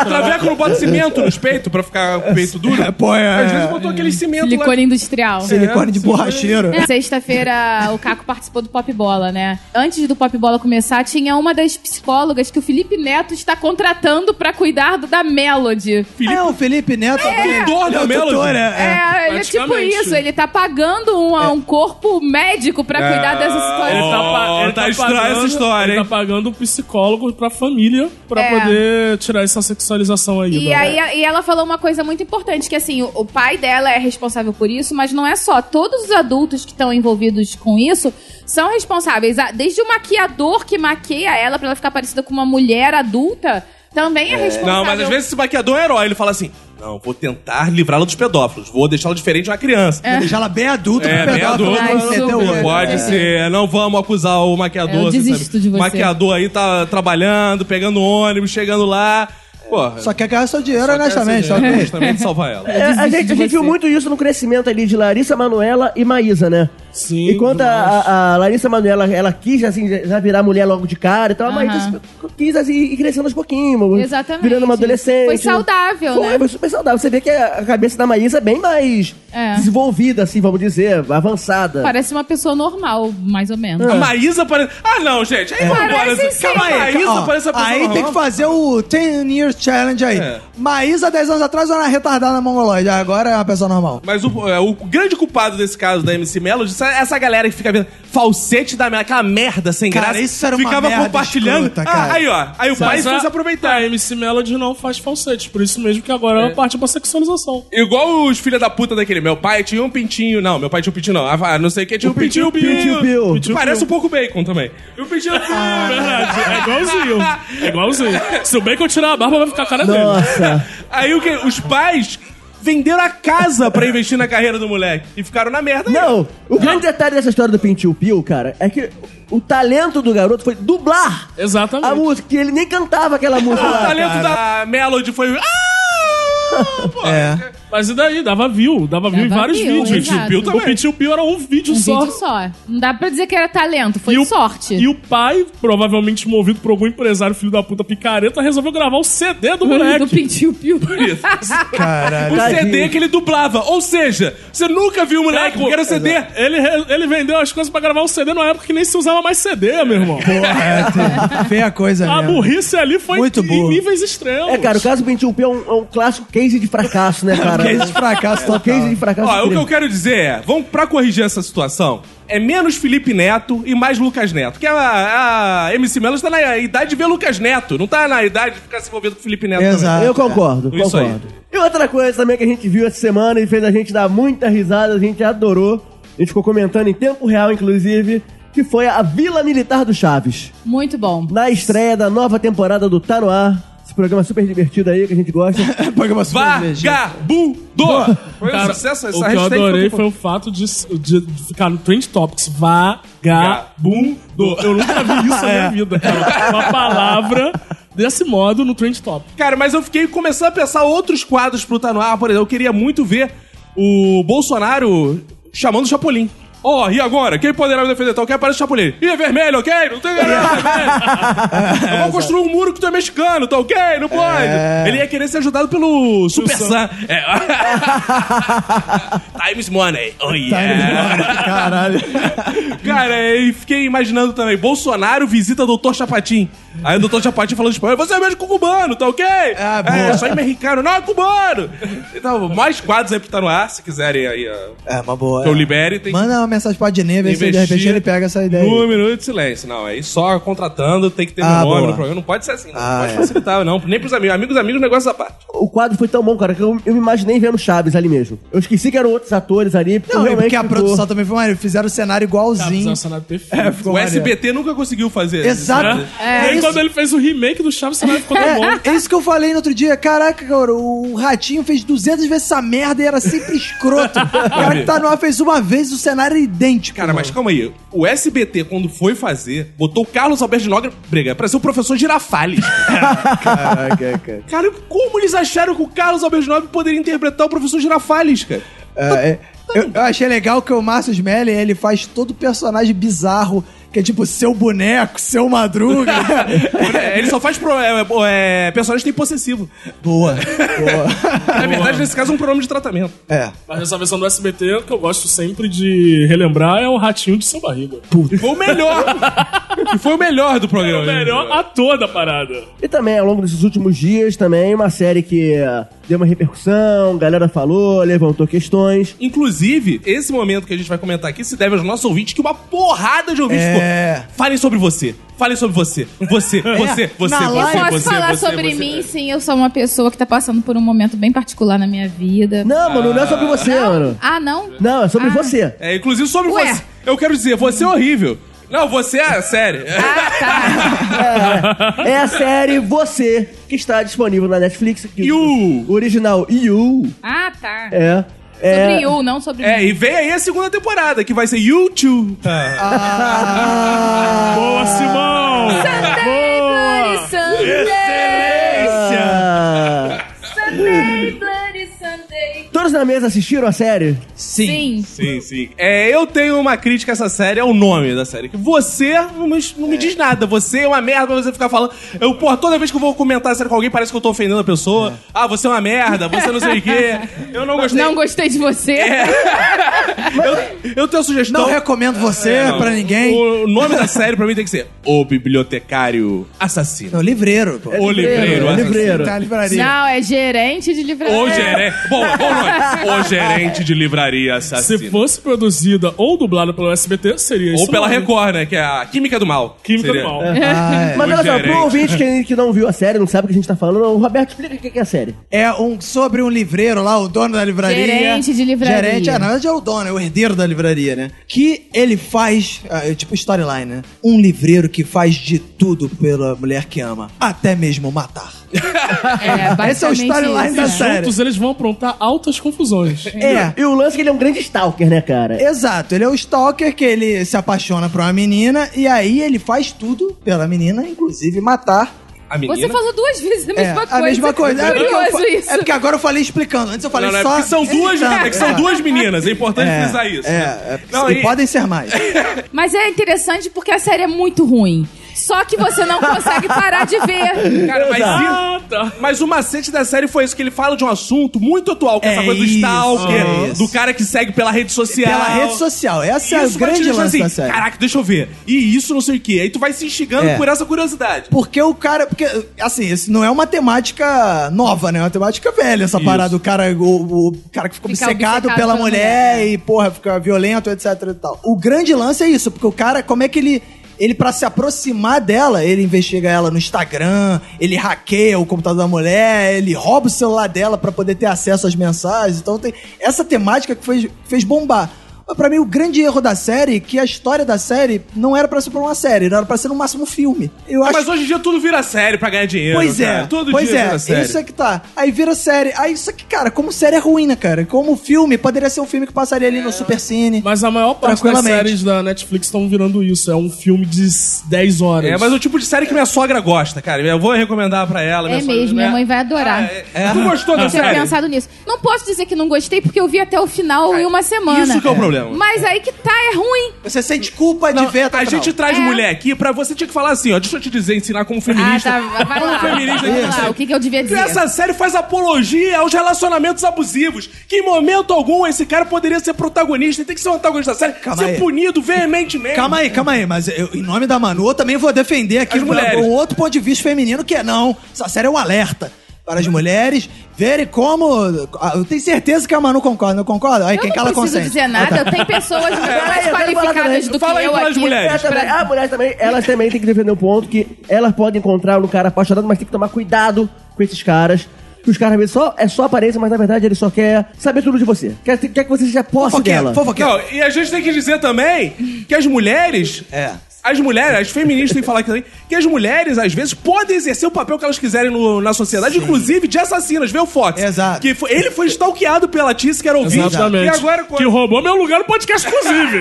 C: é, traveco não bota cimento nos peitos pra ficar com o peito duro.
D: Pô, é.
C: Às vezes botou aquele cimento lá.
E: Silicone industrial.
D: Silicone de borracheiro.
E: É, Sexta-feira o Caco participou do Pop Bola, né? Antes do Pop Bola começar, tinha uma das psicólogas que o Felipe Neto está contratando pra cuidar do- da Melody.
D: É, o Felipe Neto. É,
C: Doutor né, da
D: o doutor, é,
C: Melody.
D: é.
E: É, ele é tipo
F: praticamente.
E: isso, ele tá pagando um, a um corpo médico pra cuidar dessa
F: Ele
E: situação.
F: tá, pa-
C: Oh,
F: ele
C: É. tá
F: tá
C: estranha
F: pagando-
C: essa história,
F: ele
C: hein?
F: tá pagando um psicólogo pra família pra
E: É.
F: poder tirar essa sexualização aí.
E: E
F: da-
C: né?
E: aí a- e ela falou uma coisa muito importante, que assim, o, o pai dela é responsável por isso, mas não é só. Todos os adultos que estão envolvidos com isso são responsáveis. A- Desde o maquiador que maqueia ela pra ela ficar parecida com uma mulher adulta, também é, responsável.
C: Não, mas às vezes esse maquiador é um herói. Ele fala assim: Não, vou tentar livrá-la dos pedófilos. Vou deixá-la diferente de uma criança.
D: Vou deixar ela bem adulta
C: É,
D: pro
C: bem
D: pedófilo
C: adulto.
E: Ai,
D: não meter o
E: super.
D: olho.
C: Pode
E: É.
C: ser, não vamos acusar o maquiador.
E: Eu
C: você
E: desisto
C: sabe.
E: de você.
C: Maquiador aí tá trabalhando, pegando ônibus, chegando lá. Porra.
D: Só quer ganhar seu dinheiro,
C: quero
D: honestamente.
C: ser-
D: só que-
C: honestamente salvar ela.
B: É, a
E: desisto
B: gente,
E: de
B: a gente
E: você.
B: viu muito isso no crescimento ali de Larissa Manuela e Maísa, né?
F: Sim,
B: Enquanto a, a- a Larissa Manuela, ela quis, assim, já- já virar mulher logo de cara e tal, a
E: Aham.
B: Maísa quis, assim, ir crescendo aos pouquinhos.
E: Exatamente.
B: Virando uma adolescente.
E: Foi saudável,
B: Foi,
E: né?
B: foi super saudável. Você vê que a cabeça da Maísa é bem mais
E: É.
B: desenvolvida, assim, vamos dizer, avançada.
E: Parece uma pessoa normal, mais ou menos. Um
C: A Maísa parece. Ah, não, gente. Aí vamos embora.
E: Parece sim.
C: Calma aí. A Maísa
D: Ó,
C: parece a pessoa.
D: aí tem que
C: normal.
D: fazer o 10 Years Challenge aí.
C: É.
D: Maísa, 10 anos atrás, era uma retardada mongoloide. Agora é uma pessoa normal.
C: Mas o, é, o grande culpado desse caso da MC Melody é essa galera que fica vendo. falsete da merda, aquela merda sem
D: Cara,
C: graça.
D: isso era uma
C: Ficava
D: merda
C: compartilhando.
D: escrota, cara.
C: Ah, aí, ó. Aí o pai fez aproveitar. É.
F: A MC Melody não faz falsete, por isso mesmo que agora ela parte pra sexualização.
C: Igual os filha da puta daquele. Meu pai tinha um pintinho. Não, meu pai tinha um pintinho, não. Ah, não sei o que, tinha um pintinho, pintinho,
G: pintinho, pintinho.
C: Pintinho, Parece um pouco bacon também. Ah, E o pintinho, pintinho.
F: Verdade, é igualzinho. É igualzinho. Se o Bacon tirar a barba, vai ficar a cara dele.
G: Nossa.
C: tá. Aí o que? Os pais venderam a casa pra investir na carreira do moleque. E ficaram na merda.
B: Não, o grande detalhe dessa história do Pintil Pio, cara, é que o talento do garoto foi dublar
F: Exatamente.
B: a música, que ele nem cantava aquela música
C: o
B: lá.
C: talento da Melody foi. Ah! Pô,
D: É.
F: Mas e daí? Dava view. Dava view em
E: Dava
F: vários
E: view,
F: vídeos.
E: exato.
F: O Piu também. O Piu Piu era um vídeo
E: Um
F: só.
E: vídeo só. Não dá pra dizer que era talento, foi
F: E o-
E: sorte.
F: E o pai, provavelmente movido por algum empresário filho da puta picareta, resolveu gravar o CD do
E: Do
F: moleque.
E: pintinho pio.
D: Caralho.
C: O CD que ele dublava. Ou seja, você nunca viu o moleque, porque era CD.
F: Ele, re- ele vendeu as coisas pra gravar o CD numa época que nem se usava mais CD, meu irmão.
D: Porra, é, feia coisa
C: Tá
F: A
D: mesmo.
F: burrice ali foi
D: Muito
F: em
D: burro.
F: níveis extremos.
B: É, cara, o caso do Pintil Pio é um, é um clássico case de fracasso, né, cara?
D: Que esse fracasso
B: É um
D: total.
B: case de fracasso.
C: Ó, o que
B: incrível.
C: eu quero dizer é, vamos pra corrigir essa situação, é menos Felipe Neto e mais Lucas Neto. Porque a, a MC Melas tá na idade de ver Lucas Neto, não tá na idade de ficar se envolvendo com Felipe Neto também.
D: Exato.
B: Eu concordo,
C: Isso aí.
B: concordo. E outra coisa também que a gente viu essa semana e fez a gente dar muita risada, a gente adorou. A gente ficou comentando em tempo real, inclusive, que foi a Vila Militar do Chaves.
E: Muito bom.
B: Na estreia da nova temporada do Tá No Ar. Esse programa super divertido aí, que a gente gosta.
D: Programa super divertido.
C: Vagabundo! Foi um
F: Cara,
C: sucesso
F: o
C: essa
F: que eu
C: hashtag.
F: adorei
C: ficou-
F: foi o fato de, de ficar no Trend Topics. Vagabundo. Eu nunca vi isso na
D: É.
F: minha vida, cara. Uma palavra desse modo no Trend Top.
C: Cara, mas eu fiquei começando a pensar outros quadros pro Tá No Ar, por exemplo. Eu queria muito ver o Bolsonaro chamando o Chapolin. Ó, e agora? Quem poderá me defender? Tal? Quem aparece o Chapolin? Ih, é vermelho, ok? Não tem vermelho. Eu vou construir um muro que tu é mexicano, tá ok? Não pode. Ele ia querer ser ajudado pelo Super Sam. É. Times Money. Oh, yeah.
D: Caralho.
C: Cara, eu fiquei imaginando também. Bolsonaro visita Dr. Chapatin. Aí o Dr. Chapatin falando espanhol. Você é médico cubano, tá ok?
D: Ah, boa.
C: é, só em mexicano, não é cubano. Então, mais quadros aí pra tá no ar, se quiserem aí. ó,
D: É uma boa.
C: Que eu libere, tem
D: Manda uma mensagem pra Adnê, ver se de repente ele pega essa ideia.
C: No
D: aí. é
C: minuto de silêncio. Não, aí só contratando, tem que ter
D: Ah,
C: meu nome
D: boa.
C: no programa. Não pode ser assim, não.
D: Ah,
C: não pode
D: é.
C: facilitar, não. Nem pros amigos. Amigos, amigos, negócio à parte.
B: O quadro foi tão bom, cara, que eu, eu me imaginei vendo Chaves ali mesmo. Eu esqueci que eram outros atores ali. Porque
D: Não, é
B: realmente
D: porque a
B: ficou-
D: produção também foi maneiro. Fizeram o cenário
F: Mas é
D: igualzinho.
F: um cenário perfeito.
D: É, ficou
C: o
D: maneiro.
C: SBT nunca conseguiu fazer. né?
D: Exato.
F: e aí,
D: É, isso.
F: quando ele fez o remake do Chaves, você vai ficou tão bom.
D: É, é isso que eu falei no outro dia. Caraca, cara, o Ratinho fez 200 vezes essa merda e era sempre escroto. O cara que tá no ar fez uma vez o cenário é idêntico.
C: Cara, mas calma aí. O SBT, quando foi fazer, botou o Carlos Alberto de Nogra Brega pra ser o professor Girafales.
D: Caraca, cara.
C: Cara, como eles acharam que o Carlos Alberto de Nobre poderia interpretar o professor Girafales, cara?
D: É, é, eu, eu achei legal que o Márcio Smelly, ele faz todo personagem bizarro, que é tipo seu boneco, seu madruga.
C: É, Ele só faz pro, é, é, personagem que tem possessivo.
D: boa, boa.
C: Na verdade, nesse caso, é um problema de tratamento.
D: É.
F: Mas essa versão do SBT, o que eu gosto sempre de relembrar é o Ratinho de seu barriga. É
C: E foi o melhor. e foi o melhor do programa.
F: O melhor ator da parada.
B: E também, ao longo desses últimos dias, também, uma série que eh, deu uma repercussão, galera falou, levantou questões.
C: Inclusive, esse momento que a gente vai comentar aqui se deve aos nossos ouvintes, que uma porrada de ouvintes
D: É.
C: ficou. Falem sobre você. Falem sobre você. Você, você, você,
D: na
E: Eu
C: você,
E: É. posso
C: você,
E: falar
C: você,
E: sobre
C: você.
E: mim, sim. Eu sou uma pessoa que tá passando por um momento bem particular na minha vida.
B: Não, mano, não é sobre você, mano.
E: Ah, não?
B: Não, é sobre você.
C: É, inclusive sobre
E: Ué.
C: você. Eu quero dizer, você é horrível. Não, você é sério.
E: Ah, tá.
B: É a série Você, que está disponível na Netflix. Que
C: You.
B: O original You.
E: Ah, tá.
B: É.
E: Sobre
B: É,
E: you, não sobre
C: É,
E: mim.
C: e vem aí a segunda temporada, que vai ser YouTube.
E: Ah.
F: Boa, Simão!
E: é Sunday, Bloody Sunday!
B: ah,
E: Sunday, Bloody Sunday!
B: todos na mesa assistiram a série?
E: Sim.
C: Sim, sim. É, eu tenho uma crítica a essa série, é o nome da série. Que você não me, não me diz nada. Você é uma merda pra você ficar falando. Eu, porra, toda vez que eu vou comentar a série com alguém, parece que eu tô ofendendo a pessoa. Ah, você é uma merda, você não sei o quê. Eu não gostei.
E: Não gostei de você.
C: Eu, eu tenho uma sugestão. É,
D: Não recomendo você pra ninguém.
C: O nome da série pra mim tem que ser O Bibliotecário Assassino.
D: Não, É um livreiro, pô.
C: o Livreiro
B: é
C: Assassino.
B: livreiro.
D: Tá, livraria.
E: Não, é gerente de livraria.
C: O gerente. Bom, bom nome. O gerente de livraria assassino.
F: Se fosse produzida ou dublada pelo SBT, seria isso.
C: Ou pela
F: mesmo.
C: Record, né? Que é a Química do Mal.
F: Química
C: Seria.
F: do mal.
D: Ah,
B: Mas
C: O
B: olha só,
C: gerente.
B: pro ouvinte que, que não viu a série, não sabe o que a gente tá falando, o Roberto, explica o que que é a série.
D: é. É um, sobre um livreiro lá, o dono da livraria.
E: Gerente de livraria.
D: Gerente, é, na verdade é o dono, é o herdeiro da livraria, né? Que ele faz, ah, é tipo storyline, né? Um livreiro que faz de tudo pela mulher que ama. Até mesmo matar.
E: É, basicamente
D: Esse é o storyline
E: isso,
D: da
E: né?
D: série.
F: Juntos eles vão aprontar altas confusões.
D: É.
B: E o lance é que ele é um grande stalker, né, cara?
D: Exato, ele é o stalker que ele se apaixona por uma menina e aí ele faz tudo pela menina, inclusive matar.
C: A menina.
E: Você falou duas vezes a
D: É,
E: mesma coisa.
D: a mesma coisa. É porque, eu
E: Curioso
D: fa-
E: isso.
D: é porque agora eu falei explicando. Antes eu falei
C: Não, não, é
D: só.
C: porque são duas,
D: Tá.
C: é que são duas meninas. É importante frisar isso.
D: É,
C: né?
D: é, porque-
C: Não,
D: e
C: e-
D: podem ser mais.
E: Mas é interessante porque a série é muito ruim. Só que você não consegue parar de ver.
C: Cara, mas,
D: Ah,
C: isso- Ah,
D: tá.
C: mas o macete da série foi isso, que ele fala de um assunto muito atual, que é essa
D: É
C: coisa do
D: isso,
C: stalker,
D: é isso.
C: do cara que segue pela rede social.
D: Pela rede social. Essa é
C: Isso
D: a
C: vai te
D: grande
C: deixando
D: lance da
C: assim,
D: série.
C: caraca, deixa eu ver. E isso não sei o quê. Aí tu vai se instigando
D: É.
C: por essa curiosidade.
D: Porque o cara. Porque, assim, isso não é uma temática nova, né? É uma temática velha, essa parada. O cara, o, o cara que fica
E: Fica
D: obcecado
E: obcecado
D: pela
E: pela
D: mulher
E: mulher.
D: e, porra, fica violento, etc e tal. O grande lance é isso, porque o cara, como é que ele. Ele, pra se aproximar dela, ele investiga ela no Instagram, ele hackeia o computador da mulher, ele rouba o celular dela pra poder ter acesso às mensagens. Então tem essa temática que fez, fez bombar. Mas Pra mim, o grande erro da série é que a história da série não era pra ser pra uma série, era pra ser no máximo um filme. Eu acho
C: Ah, Mas hoje em dia tudo vira série pra ganhar dinheiro.
D: Pois
C: cara.
D: é,
C: Todo
D: pois
C: dia
D: é,
C: vira série.
D: isso é que tá. Aí vira série. Aí isso aqui, cara, como série é ruim, né, cara? Como filme, poderia ser um filme que passaria ali
C: É,
D: no Super Cine.
F: Mas a maior parte das
D: Tranquilamente.
F: séries da Netflix estão virando isso. É um filme de 10 horas.
C: É, mas o tipo de série que minha sogra gosta, cara. Eu vou recomendar pra ela.
E: É
C: sogra,
E: mesmo, minha
C: né?
E: mãe vai adorar.
C: Ah, é. Tu gostou da
E: Eu tinha
C: série?
E: pensado nisso. Não posso dizer que não gostei, porque eu vi até o final em uma semana.
C: Isso que é o problema.
E: Mas aí que tá, é ruim.
D: Você sente culpa de ver até
C: a
D: o final.
C: gente traz
E: É.
C: mulher aqui pra você tinha que falar assim, ó. Deixa eu te dizer, ensinar como
E: Ah,
C: feminista.
E: tá. Vai lá.
C: feminista
E: Vai
C: disso.
E: lá, o que, que eu devia dizer?
C: Essa série faz apologia aos relacionamentos abusivos. Que em momento algum esse cara poderia ser protagonista. Ele tem que ser um antagonista da série.
D: Calma
C: ser
D: aí.
C: punido veementemente.
D: Calma aí, calma aí, mas eu, em nome da Manu, eu também vou defender aqui
C: As
D: um,
C: mulheres.
D: um outro ponto de vista feminino que é não. Essa série é um alerta para as mulheres verem como. Ah, Eu tenho certeza que a Manu concorda, não concorda? Aí
C: é
E: eu
D: quem
E: não
D: cala
E: preciso
D: consente.
E: dizer nada, eu tenho pessoas muito mais
B: eu quero falar
E: qualificadas
B: também.
E: do que
C: Fala aí
E: eu
C: pelas
E: aqui.
C: mulheres.
B: Ela também, a mulher também, elas também têm que defender o ponto que elas podem encontrar um cara apaixonado, mas tem que tomar cuidado com esses caras. Que os caras às vezes, só é só aparência, mas na verdade ele só quer saber tudo de você. Quer, quer que você seja posse dela.
D: Fofoqueiro, fofoqueiro.
C: Não, e a gente tem que dizer também que as mulheres.
D: É.
C: As mulheres, as feministas têm que falar aqui também, que as mulheres, às vezes, podem exercer o papel que elas quiserem no- na sociedade, inclusive de assassinas. Vê o Fox.
D: Exato.
C: Que foi- ele foi stalkeado pela Tice, que era ouvinte.
F: Exatamente.
C: E agora,
F: Que roubou meu lugar no podcast, inclusive.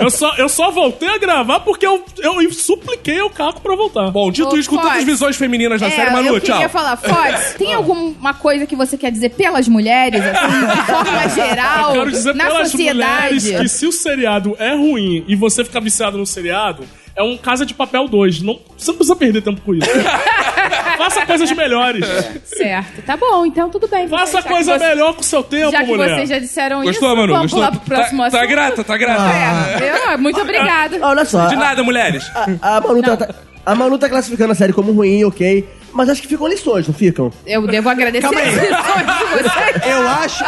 F: eu, só, eu só voltei a gravar porque eu, eu supliquei ao Caco pra voltar.
C: Bom, dito
E: Ô,
C: isso, com tantas
E: Fox.
C: visões femininas na
E: É,
C: série, Manu,
E: eu queria
C: tchau.
E: falar, Fox, tem alguma coisa que você quer dizer pelas mulheres, assim, de forma geral,
F: Quero dizer
E: na
F: pelas mulheres
E: sociedade?
F: que se o seriado é ruim e você ficar viciado no seriado, é um Casa de Papel 2. Não, você não precisa perder tempo com isso. Faça coisas melhores.
E: Certo, tá bom, então tudo bem.
F: Faça
E: Já que
F: coisa
E: você-
F: melhor com o seu tempo,
E: Já que
F: mulher.
E: vocês já disseram
C: Gostou,
E: isso,
C: Manu?
E: vamos
C: Gostou?
E: pular pro próximo
C: tá,
E: assunto.
C: tá grata, tá grata.
E: É, eu- muito obrigada.
B: Ah, Olha só,
C: De nada, mulheres.
B: a, a Manu tá, tá- a Manu tá classificando a série como ruim, ok. Mas acho que ficam lições, não ficam?
E: Eu devo agradecer
D: Calma aí.
E: as lições de vocês.
D: Eu acho.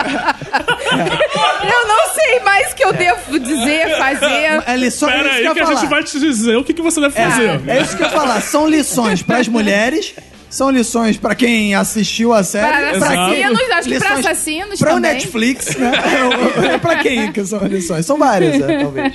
E: Eu não sei mais o que eu devo dizer, fazer.
D: É lição é isso
F: Pera aí
D: eu ia
F: que a gente
D: falar.
F: vai te dizer o que, que você deve fazer.
D: É isso que eu ia falar. São lições pras mulheres, são lições pra quem assistiu a série.
E: Para
D: pra
E: assassinos,
D: quem-
E: acho que pra
D: lições
E: assassinos
D: Pra o
E: também.
D: Netflix, né? É pra quem que são as lições? São várias, é, talvez.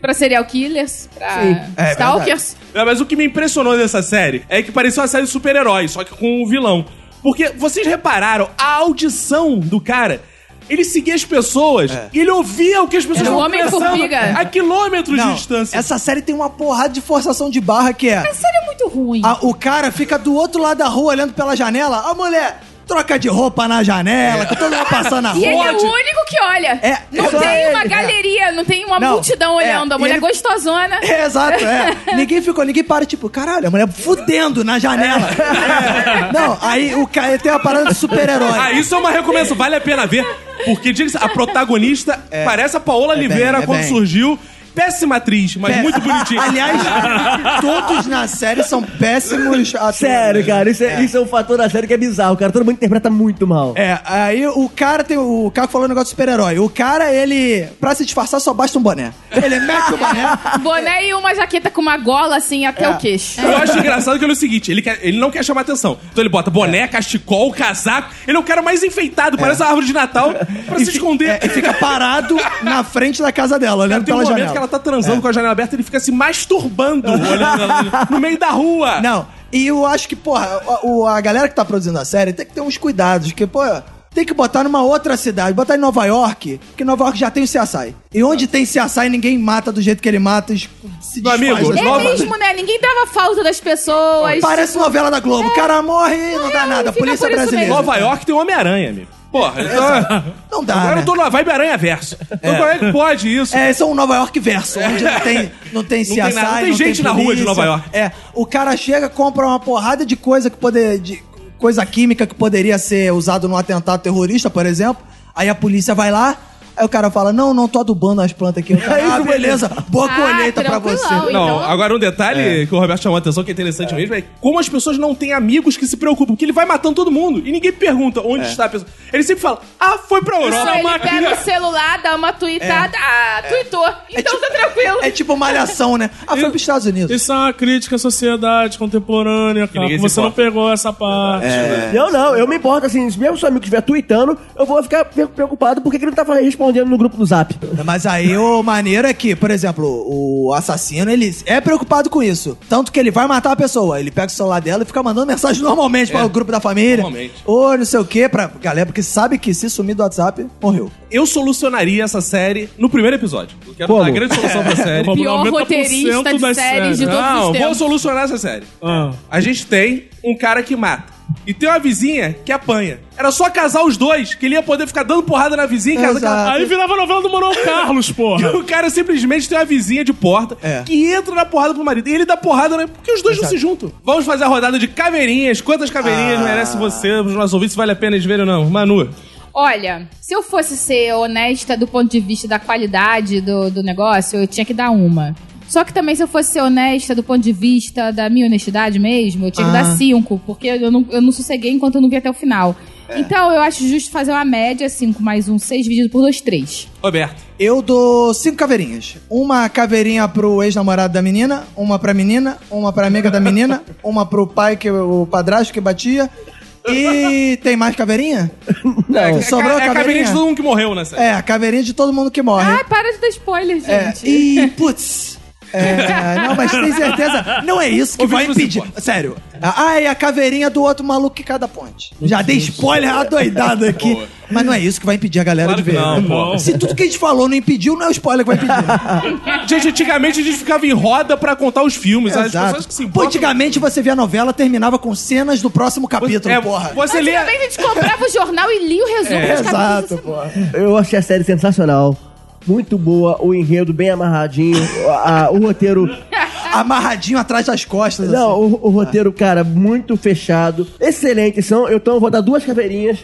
E: Pra serial killers, pra
D: É
E: stalkers.
C: Não, mas o que me impressionou nessa série é que parecia uma série de super-herói, só que com um vilão. Porque vocês repararam a audição do cara? Ele seguia as pessoas e ele ouvia o que as pessoas
E: Era um
C: estavam
E: homem
C: pensando
E: formiga.
C: a quilômetros de
D: Não,
C: distância.
D: essa série tem uma porrada de forçação de barra que é...
E: Sério, é muito ruim.
D: a- o cara fica do outro lado da rua olhando pela janela. A mulher... troca de roupa na janela, que todo mundo passando na
E: E ele é o
D: rua.
E: único que olha.
D: É,
E: não
D: só
E: tem
D: ele,
E: uma
D: é.
E: galeria, não tem uma
D: Não,
E: multidão
D: é,
E: olhando. A
D: e
E: mulher
D: ele-
E: gostosona.
D: É, exato, é. Ninguém ficou, ninguém para, tipo, caralho, a mulher fudendo na janela. É. Não, aí o cara tem uma parada de super-herói.
C: Ah, isso é uma recomendação, vale a pena ver. Porque diga-se, a protagonista parece a Paola
D: bem,
C: Oliveira
D: é
C: quando
D: bem.
C: surgiu. Péssima atriz, mas
D: Pé-
C: muito bonitinha.
D: Aliás, todos na série são péssimos atores.
B: Sério, cara, isso é, isso é um fator da série que é bizarro, cara. Todo mundo interpreta muito mal.
D: É, aí o cara tem. O Caco falou um negócio de super-herói. O cara, ele. Pra se disfarçar, só basta um boné. Ele mete o boné.
E: Boné e uma jaqueta com uma gola assim até
D: É.
E: o queixo.
C: Eu acho engraçado que ele é o seguinte: ele, quer- ele não quer chamar atenção. Então ele bota boné, cachecol, casaco. Ele é o cara mais enfeitado, parece a árvore de Natal, pra se esconder.
D: É, e fica parado na frente da casa dela,
C: Cara,
D: olhando
C: tem um
D: pela
C: momento
D: janela. É.
C: que ela tá transando com a janela aberta ele fica se masturbando olhando ela no meio da rua.
D: Não, e eu acho que, porra, o, o- a galera que tá produzindo a série tem que ter uns cuidados, porque, pô, tem que botar numa outra cidade, botar em Nova York, porque Nova York já tem o CSI. E onde tem CSI, ninguém mata do jeito que ele mata, es- se
C: Meu
D: desfaz
C: amigo,
D: das
E: É
C: Nova-
D: coisas.
E: mesmo, né? Ninguém dava falta das pessoas.
D: Parece novela da Globo, o cara morre e não dá nada, a
E: É. fica
D: polícia
E: por isso
D: brasileira.
C: Nova York tem um Homem-Aranha, amigo. Porra, então,
D: Não dá,
C: agora
D: né?
C: eu tô na vibe Aranha Verso. Então como é que pode isso?
D: É, esse é um Nova York verso, onde não tem, não tem CSI,
C: tem nada, não tem gente na rua
D: polícia.
C: de Nova York.
D: É, o cara chega, compra uma porrada de coisa que poder, de coisa química que poderia ser usado num atentado terrorista, por exemplo. Aí a polícia vai lá, aí o cara fala: "Não, não tô adubando as plantas
C: É
D: aqui". O cara, ah, beleza. Boa
E: Ah,
D: colheita pra
E: tranquilão,
D: você.
E: hein?
C: Não,
E: Então-
C: agora um detalhe que o Roberto chamou a atenção, que é interessante mesmo, é como as pessoas não têm amigos que se preocupam, porque ele vai matando todo mundo e ninguém pergunta
D: É.
C: onde está a pessoa. Ele sempre fala, ah, foi pra
E: Só
C: Europa.
E: ele pega o celular, dá uma tweetada. Ah, tweetou. Então tá tranquilo.
D: É tipo malhação, né? Ah, foi pros Estados Unidos.
F: Isso é uma crítica à sociedade contemporânea, cara.
C: ninguém se
F: Você não
C: importa.
F: pegou essa parte. né?
B: Eu não, eu me importo assim, se mesmo se o amigo estiver tweetando, eu vou ficar pre- preocupado porque que ele não tá respondendo no grupo do zap.
D: Mas aí o maneiro é que, por exemplo, o assassino, ele é preocupado com isso. Tanto que ele vai matar a pessoa. Ele pega o celular dela e fica mandando mensagem normalmente para o grupo da família.
C: normalmente.
D: Ou não sei o quê, pra galera, porque sabe que se sumir do WhatsApp, morreu.
C: Eu solucionaria essa série no primeiro episódio. Eu quero
B: Como?
C: dar a grande solução pra série.
F: Como
E: Pior
F: 90%
E: roteirista de
F: das
E: séries de
D: é,
F: séries.
E: todos
C: Não,
E: os
C: vou
E: tempos.
C: solucionar essa série.
F: Ah.
C: A gente tem um cara que mata. E tem uma vizinha que apanha. Era só casar os dois, que ele ia poder ficar dando porrada na vizinha e casar.
D: Exato.
F: Aí virava a novela do Manuel Carlos, porra.
C: O cara simplesmente tem uma vizinha de porta
D: É.
C: que entra na porrada pro marido. E ele dá porrada, né? Porque os dois não se juntam. Vamos fazer a rodada de caveirinhas. Quantas caveirinhas
D: Ah.
C: merece você? Os nossos ouvintes vale a pena eles verem ou não? Manu.
E: Olha, se eu fosse ser honesta do ponto de vista da qualidade do, do negócio, eu tinha que dar uma. Só que também, se eu fosse ser honesta do ponto de vista da minha honestidade mesmo, eu tinha que
D: Ah.
E: dar cinco, porque eu não, eu não sosseguei enquanto eu não vi até o final.
D: É.
E: Então, eu acho justo fazer uma média, cinco mais um, seis dividido por dois, três.
C: Roberto.
D: Eu dou cinco caveirinhas. Uma caveirinha pro ex-namorado da menina, uma pra menina, uma pra amiga da menina, uma pro pai, que o padrasto que batia. E tem mais caveirinha? Não, sobrou
C: é a caveirinha de Ah, todo mundo que morreu nessa. série.
D: É, a caveirinha de todo mundo que morre.
E: Ai, para de dar spoiler,
D: É,
E: gente.
D: e, putz. É, não, mas tem certeza. Não é isso que
C: Ouvinte
D: vai
C: não
D: impedir.
C: se
D: Sério. Ah, e a caveirinha do outro maluco que cai da ponte. Já dei spoiler adoidado aqui. Mas não é isso que vai impedir a galera
C: Claro
D: de
C: que
D: ver.
C: não, pô.
D: Se tudo que a gente falou não impediu, não é o spoiler que vai impedir.
C: Gente, antigamente a gente ficava em roda pra contar os filmes. As pessoas que se
D: Pô,
C: importam.
D: antigamente você via a novela, terminava com cenas do próximo capítulo,
C: é,
D: porra.
C: Você lê.
E: Antigamente, a gente comprava o jornal e lia o resumo.
D: É,
E: dos capítulos.
D: Exato, porra.
B: Eu achei a série sensacional. Muito boa, o enredo bem amarradinho, a- a- o roteiro.
D: Amarradinho atrás das costas.
B: Não, o, o roteiro, cara, muito fechado. Excelente, são. Eu, então eu vou dar duas caveirinhas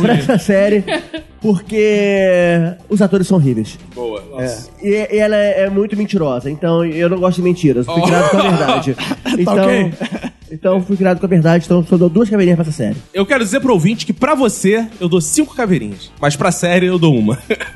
B: pra essa série, porque os atores são horríveis.
C: Boa.
B: E, e ela é, é muito mentirosa, então eu não gosto de mentiras. Fui criado com a verdade. Então,
D: ok.
B: então fui criado com a verdade, então só dou duas caveirinhas pra essa série.
C: Eu quero dizer pro ouvinte que pra você eu dou cinco caveirinhas. Mas pra série eu dou uma.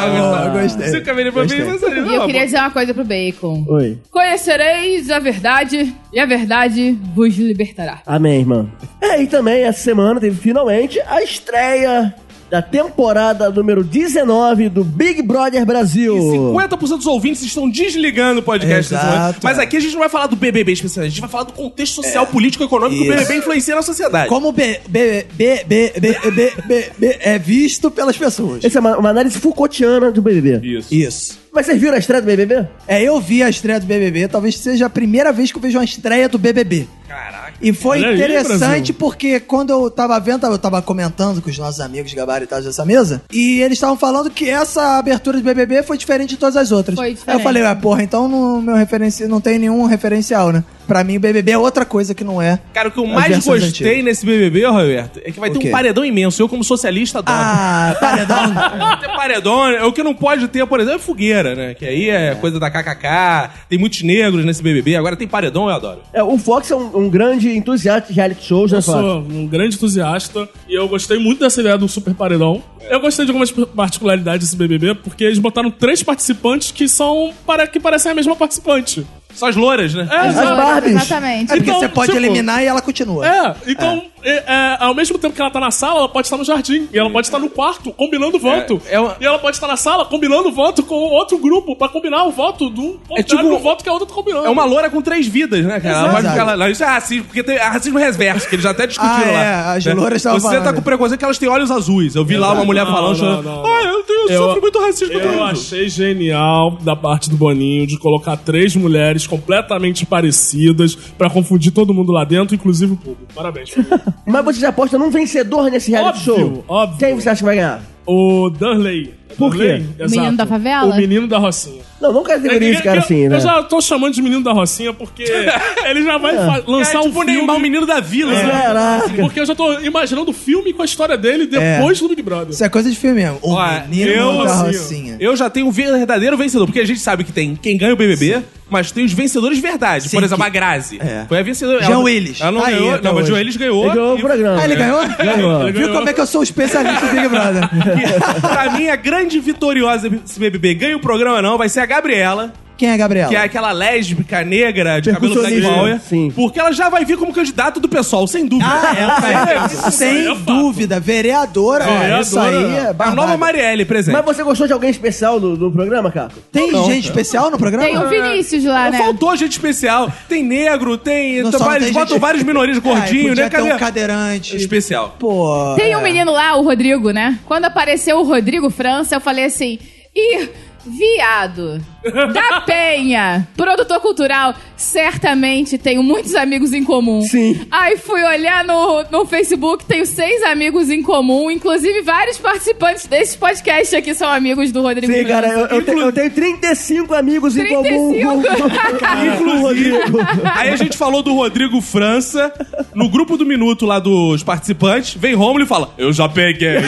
D: Ah, boa, gostei.
C: cinco caveirinhas pra mim, mas
E: E eu queria dizer uma coisa pro Bacon.
B: Oi.
E: Conhecereis a verdade e a verdade vos libertará.
B: Amém, irmã. É, e também essa semana teve finalmente a estreia da temporada número 19 do Big Brother Brasil.
C: E 50% dos ouvintes estão desligando o podcast nesse
D: Exato,
C: momento. Mas
D: é.
C: aqui a gente não vai falar do BBB especialmente, a gente vai falar do contexto social, político, econômico que o
D: Isso.
C: BBB influencia na sociedade.
D: assim. Como B, B, B, B, B, B, B, B é visto pelas pessoas.
B: Essa é uma, uma análise Foucaultiana do BBB.
C: Isso.
D: Isso.
B: Mas vocês viram a estreia do BBB?
D: É, eu vi a estreia do BBB, talvez seja a primeira vez que eu vejo uma estreia do BBB.
C: Caraca.
D: E foi
F: Olha aí,
D: interessante
F: Brasil.
D: porque quando eu tava vendo, eu tava comentando com os nossos amigos gabaritados dessa mesa, e eles estavam falando que essa abertura de BBB foi diferente de todas as outras.
E: Foi
D: Aí eu
E: diferente.
D: falei, ué, porra, então no meu referenci... não tem nenhum referencial, né? Pra mim, o BBB é outra coisa que não é.
C: Cara, o que eu
D: As
C: mais
D: versões
C: gostei
D: antigas.
C: nesse BBB, Roberto, é que vai
D: O
C: ter
D: quê?
C: um paredão imenso. Eu, como socialista, adoro.
D: Ah, paredão.
C: Vai ter paredão, né? o que não pode ter, por exemplo, é fogueira, né? Que aí é, coisa da KKK. Tem muitos negros nesse BBB. Agora tem paredão, eu adoro.
B: É, o Fox é um, um grande entusiasta de reality shows, né,
F: Eu
B: Fox?
F: sou um grande entusiasta e eu gostei muito dessa ideia do Super Paredão. Eu gostei de algumas particularidades desse BBB, porque eles botaram três participantes que são para que parecem a mesma participante.
C: Só as louras, né?
F: É,
B: As Barbies.
E: Exatamente.
D: É porque
F: Então,
D: você pode
F: tipo-
D: eliminar e ela continua.
F: É, então, é, é, ao mesmo tempo que ela tá na sala, ela pode estar no jardim. E ela pode estar no quarto, combinando o voto.
C: É, é uma-
F: E ela pode estar na sala, combinando o voto com outro grupo, pra combinar o voto do contrário
C: tipo-
F: do voto que a outra tá combinando.
C: É uma loura com três vidas, né, cara? Ela
D: Exato.
C: vai ficar lá- lá. Isso é racismo, porque tem é racismo reverso, que eles até discutiram
D: Ah,
C: lá.
D: é, as
C: né?
D: louras estavam
C: Você tá
D: falando.
C: com preconceito que elas têm olhos azuis. Eu vi lá uma mulher
F: Não,
C: falando,
F: não,
C: chorando.
F: não, não.
C: Ah, eu, tenho,
F: Eu-
C: sofro muito racismo
F: Eu achei genial da parte do Boninho de colocar três mulheres completamente parecidas pra confundir todo mundo lá dentro, inclusive o público. Parabéns. Fabinho.
B: Mas você já aposta num vencedor nesse reality
F: Óbvio,
B: show?
F: óbvio.
B: Quem você acha que vai ganhar?
F: o Dunley.
B: Por quê?
F: Dunley?
E: O menino da favela?
F: O menino da Rocinha.
B: Não, não categoria esse cara
F: eu,
B: assim,
F: eu
B: né?
F: já tô chamando de menino da Rocinha porque ele já
D: É.
F: vai fa- lançar
C: Cara,
F: um
C: tipo o
F: filme. É.
C: Neymar, o menino da vila. né?
B: Caraca.
F: Porque eu já tô imaginando o filme com a história dele depois do Big Brother.
D: Isso é coisa de filme mesmo. O
C: Ó,
D: menino
F: eu,
D: da
F: assim,
D: Rocinha.
C: Eu já tenho um verdadeiro vencedor, porque a gente sabe que tem quem ganha o BBB, mas tem os vencedores de verdade.
D: Sim,
C: Por exemplo,
D: que-
C: a Grazi.
D: É.
C: Foi a vencedora.
D: Jean
C: Ela-
D: Willis.
C: Ela não
D: Tá aí,
C: ganhou.
D: até
C: Não, mas o
D: hoje.
C: Jean Willis ganhou.
B: Ele ganhou o
C: e-
B: programa.
D: Ah, ele ganhou?
B: Ganhou.
F: Ele
D: Viu
F: ganhou.
D: como é que eu sou o especialista do Big Brother?
C: pra mim, a grande vitoriosa desse BBB, ganha o programa não, vai ser a Gabriela,
D: Quem é a Gabriela?
C: que é aquela lésbica negra de cabelo Black
B: Percussionista.
C: Power,
B: Sim.
C: porque ela já vai vir como candidata do pessoal, sem dúvida.
D: Ah, é, Sem Sem dúvida, vereadora. ó,
F: Vereadora.
D: isso aí tá é
C: a
D: barbada.
C: nova Marielle presente.
B: Mas você gostou de alguém especial no, no programa, Caco?
D: Tem gente especial no programa?
E: Tem um o Vinícius lá,
C: Não
E: né?
C: Faltou gente especial. Tem negro, tem.
D: Não,
C: tem
D: só não
C: vários,
D: tem
C: botam
D: gente-
C: vários minorias
D: Ai,
C: gordinhos,
D: podia
C: né?
D: ter
C: Cadê?
D: um cadeirante.
C: Especial.
D: Pô.
E: Tem um menino lá, o Rodrigo, né? Quando apareceu o Rodrigo França, eu falei assim: ih, viado, da Penha, produtor cultural, certamente tenho muitos amigos em comum.
B: Sim.
E: Aí fui olhar no, no Facebook, tenho seis amigos em comum, inclusive vários participantes desse podcast aqui são amigos do Rodrigo
B: Sim,
E: França.
B: cara, eu, eu te- eu tenho 35 amigos em comum.
E: 35.
B: Inclusive, Rodrigo.
C: Aí a gente falou do Rodrigo França no grupo do minuto lá dos participantes. Vem Romulo e fala: Eu já peguei.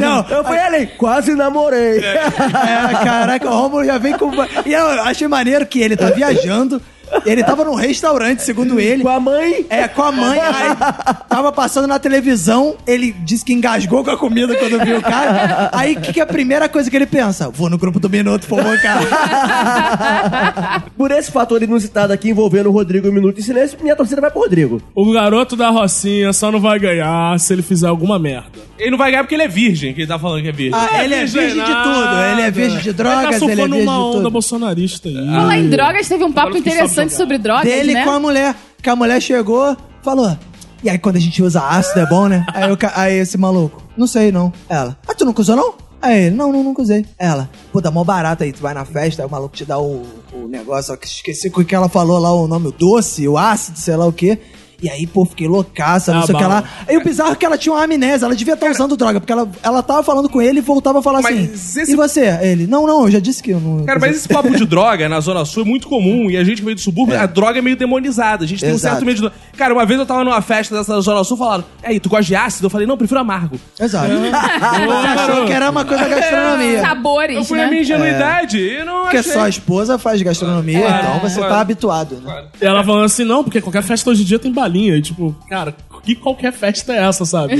D: Não,
B: Eu falei, Ellen, quase namorei.
D: é, caraca, o Romulo já vem com. E eu achei maneiro que ele tá viajando. Ele tava num restaurante, segundo ele.
B: Com a mãe.
D: É, com a mãe. Aí tava passando na televisão, ele disse que engasgou com a comida quando viu o cara. Aí o que, que é a primeira coisa que ele pensa? Vou no grupo do Minuto, por favor, cara.
B: Por esse fator inusitado aqui envolvendo o Rodrigo em Minuto de Silêncio, minha torcida vai pro Rodrigo.
F: O garoto da Rocinha só não vai ganhar se ele fizer alguma merda.
C: Ele não vai ganhar porque ele é virgem, que ele tá falando que é virgem.
D: Ah, ele é virgem de tudo. Ele é virgem de
F: ele tá
D: drogas, ele é
F: surfando
D: virgem de
F: uma onda
D: tudo.
F: bolsonarista aí.
E: Falar em drogas, teve um papo
F: Agora que sabe
E: interessante
F: jogar.
E: sobre drogas,
D: dele
E: né?
D: com a mulher. Que a mulher chegou, falou. E aí, quando a gente usa ácido, é bom, né? Aí, o ca- aí esse maluco, não sei não. Ela, ah, tu nunca usou não? Aí ele, não, não, nunca usei. Ela, pô, dá mó barata aí, tu vai na festa, aí o maluco te dá o, o negócio, ó, que esqueci o que ela falou lá, o nome, o doce, o ácido, sei lá o quê. E aí, pô, fiquei loucaça, não
F: Ah,
D: sei o que
F: bala.
D: lá. E o bizarro é que ela tinha uma amnésia, ela devia estar usando droga, porque ela, ela tava falando com ele e voltava a falar
C: Mas
D: assim.
C: esse-
D: E você? Ele, não, não, eu já disse que eu não.
C: Cara, mas esse papo de droga na Zona Sul é muito comum. E a gente que veio do subúrbio, a droga é meio demonizada. A gente tem um
D: Exato.
C: certo medo de droga. Cara, uma vez eu tava numa festa dessa Zona Sul falaram: Ei, tu gosta de ácido? Eu falei, não, eu prefiro amargo.
D: Exato. Você achou que era uma coisa da gastronomia.
E: Sabores,
C: Eu fui
E: né?
C: a
B: É.
C: minha ingenuidade e não
D: Porque
C: achei.
D: só a esposa faz gastronomia,
C: É,
D: então você
C: claro.
D: tá habituado, né?
F: E ela falando assim, não, porque qualquer festa hoje em dia tem balinha. E tipo, cara, que qualquer festa é essa, sabe?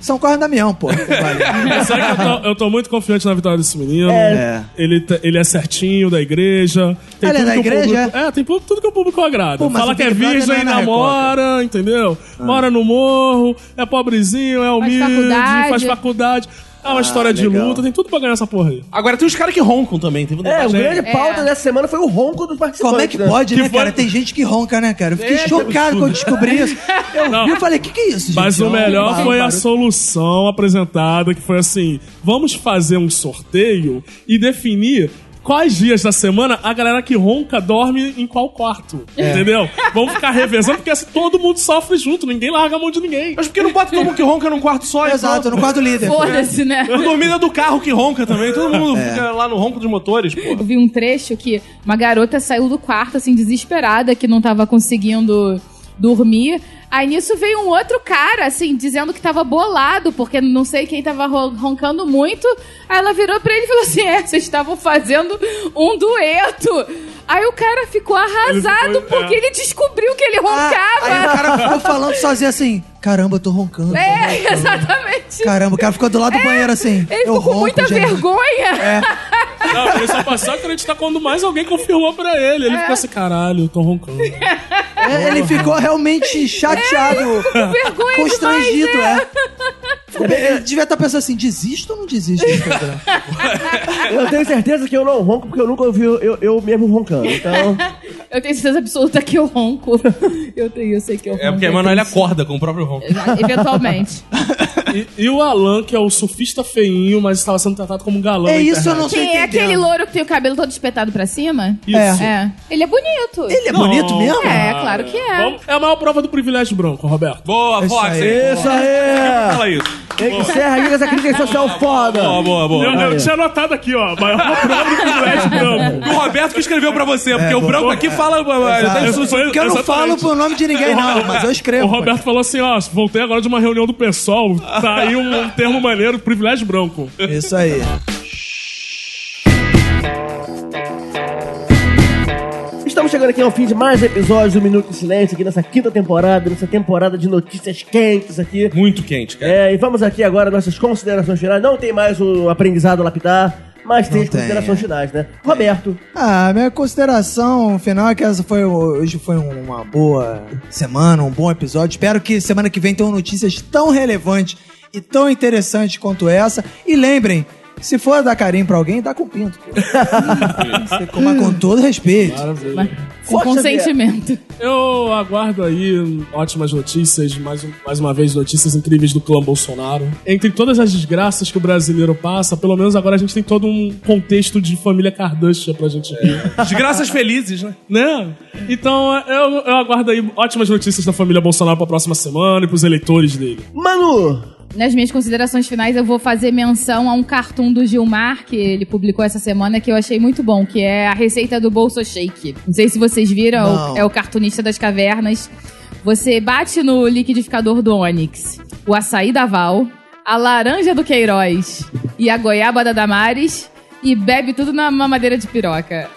D: São Corre Damião, pô. Vale.
F: Mas É, sabe que eu tô, eu tô muito confiante na vitória desse menino.
D: É.
F: Ele, tá- ele é certinho da igreja. Tem
D: Ele é
F: tudo
D: da
F: que o
D: igreja?
F: público- é, tem pu- tudo que o público agrada.
D: Pô, mas
F: Fala
D: o
F: que
D: Big
F: é
D: Brother não
F: virgem,
D: é na Ah.
F: namora, entendeu? Mora no morro, é pobrezinho, é humilde,
E: faculdade.
F: faz faculdade. É uma história de
D: Ah, legal.
F: luta, tem tudo pra ganhar essa porra aí.
C: Agora tem os caras que roncam também. Teve um
B: É, o
C: negócio aí.
B: grande pauta dessa semana foi o ronco dos participantes.
D: Como é que
B: né?
D: pode, né,
F: foi-
D: cara? Tem gente que ronca, né, cara? Eu fiquei chocado quando descobri isso. Eu vi e falei, que que é isso, gente?
F: Mas o
D: Não,
F: melhor
D: não,
F: foi a
D: barulho.
F: solução apresentada, que foi assim: vamos fazer um sorteio e definir quais dias da semana a galera que ronca dorme em qual quarto. Entendeu? Vamos ficar revezando, porque assim todo mundo sofre junto, ninguém larga a mão de ninguém.
C: Mas por que não bota todo mundo que ronca num quarto só? então? e
D: Exato, no quarto líder.
E: Foda-se, né?
C: Eu dormi dentro é do carro que ronca também. Todo mundo
B: É.
C: fica lá no ronco dos motores, pô.
E: Eu vi um trecho que uma garota saiu do quarto, assim, desesperada, que não tava conseguindo dormir. Aí nisso veio um outro cara, assim, dizendo que tava bolado, porque não sei quem tava ro- roncando muito. Aí ela virou pra ele e falou assim: É, vocês estavam fazendo um dueto. Aí o cara ficou arrasado
F: Ele ficou-
E: porque
C: é.
E: ele descobriu que ele
D: Ah, aí o
E: roncava.
D: cara ficou falando sozinho assim: caramba, eu tô roncando. tô roncando."
E: É, exatamente.
D: Caramba, o cara ficou do lado do banheiro assim.
E: Ele
D: eu
E: ficou com
D: ronco,
E: muita
D: gente."
E: vergonha.
D: É,
F: Não, ele só passou a acreditar quando mais alguém confirmou pra ele. Ele fica assim, caralho, eu tô roncando.
D: é, ele ficou realmente chateado,
E: É, vergonha né?
D: constrangido, é. Ficou pe- Ele devia estar pensando assim: desisto ou não desisto? do programa?"
B: Eu tenho certeza que eu não ronco, porque eu nunca ouvi eu, eu, eu mesmo roncando. Então,
E: Eu tenho certeza absoluta que eu ronco. Eu tenho, eu sei que eu ronco.
C: É porque a Emanuele acorda com o próprio ronco.
E: Eventualmente.
F: E, e o Alan, que é o surfista feinho, mas estava sendo tratado como um galã.
D: É
F: na
D: isso, eu
F: internet.
D: não sei.
E: Quem é aquele louro que tem o cabelo todo espetado pra cima?
D: Isso.
E: É. Ele é bonito.
D: Ele é bonito mesmo?
E: É, claro que é.
F: Vamos- É a maior prova do privilégio branco, Roberto.
C: Boa, Fox. hein?
B: isso aí!
C: Fala isso.
B: Encerra aí
D: é
B: essa crítica social foda!
C: Boa, boa, boa.
F: Eu, eu tinha é anotado aqui, ó. Maior prova do privilégio branco.
C: O Roberto que escreveu pra você, porque
B: É,
C: o branco aqui fala.
D: Exato.
F: isso- isso-
D: Porque eu não
F: exatamente.
D: falo pro nome de ninguém, não, mas eu
F: O
D: escrevo. pô.
F: Roberto falou assim, ó, voltei agora de uma reunião do pessoal, tá aí um, um termo maneiro, privilégio branco.
D: Isso aí.
B: Estamos chegando aqui ao fim de mais episódios do Minuto de Silêncio, aqui nessa quinta temporada, nessa temporada de notícias quentes aqui.
C: Muito quente, cara.
B: É, e vamos aqui agora às nossas considerações finais. Não tem mais o aprendizado a lapidar, mas tem
D: Não
B: as
D: tem,
B: considerações
D: é.
B: finais, né? Roberto,
D: Ah, minha consideração final é que essa foi, hoje foi uma boa semana, um bom episódio. Espero que semana que vem tenham notícias tão relevantes e tão interessantes quanto essa. E lembrem, se for dar carinho pra alguém, dá com pinto. pô. Você coma com todo respeito.
E: Mas Com
B: Força,
E: consentimento.
F: Eu aguardo aí ótimas notícias, mais, um- mais uma vez notícias incríveis do clã Bolsonaro. Entre todas as desgraças que o brasileiro passa, pelo menos agora a gente tem todo um contexto de família Kardashian pra gente ver.
C: Desgraças felizes, né?
F: Né? Então eu, eu aguardo aí ótimas notícias da família Bolsonaro pra próxima semana e pros eleitores dele.
B: Manu,
E: Nas minhas considerações finais, eu vou fazer menção a um cartoon do Gilmar que ele publicou essa semana que eu achei muito bom, que é a receita do bolso shake. Não sei se vocês viram, é o-
D: Não.
E: é o cartunista das cavernas. Você bate no liquidificador do Onix o açaí da Val, a laranja do Queiroz e a goiaba da Damares e bebe tudo na mamadeira de piroca.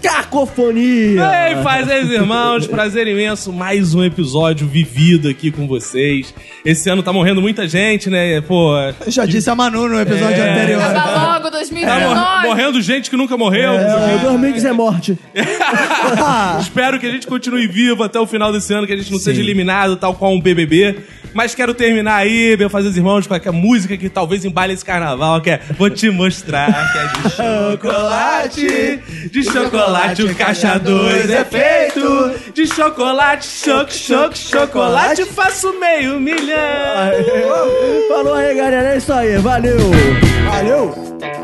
B: cacofonia!
C: Ei, fazeres irmãos, prazer imenso. Mais um episódio vivido aqui com vocês. Esse ano tá morrendo muita gente, né? Pô,
D: Eu já disse a Manu no episódio
F: É.
D: anterior.
E: Acaba logo
C: tá mor-
E: 2019!
C: morrendo gente que nunca morreu.
B: É, 2010 é morte.
C: Espero que a gente continue vivo até o final desse ano, que a gente não seja eliminado, tal qual um BBB. Mas quero terminar aí, meu fazer irmãos, com a música que talvez embale esse carnaval, que é Vou te mostrar que é de chocolate, de chocolate o caixa 2 é feito, de chocolate, choc, choc, chocolate, faço meio milhão.
B: Falou aí, galera. É isso aí. Valeu!
D: Valeu!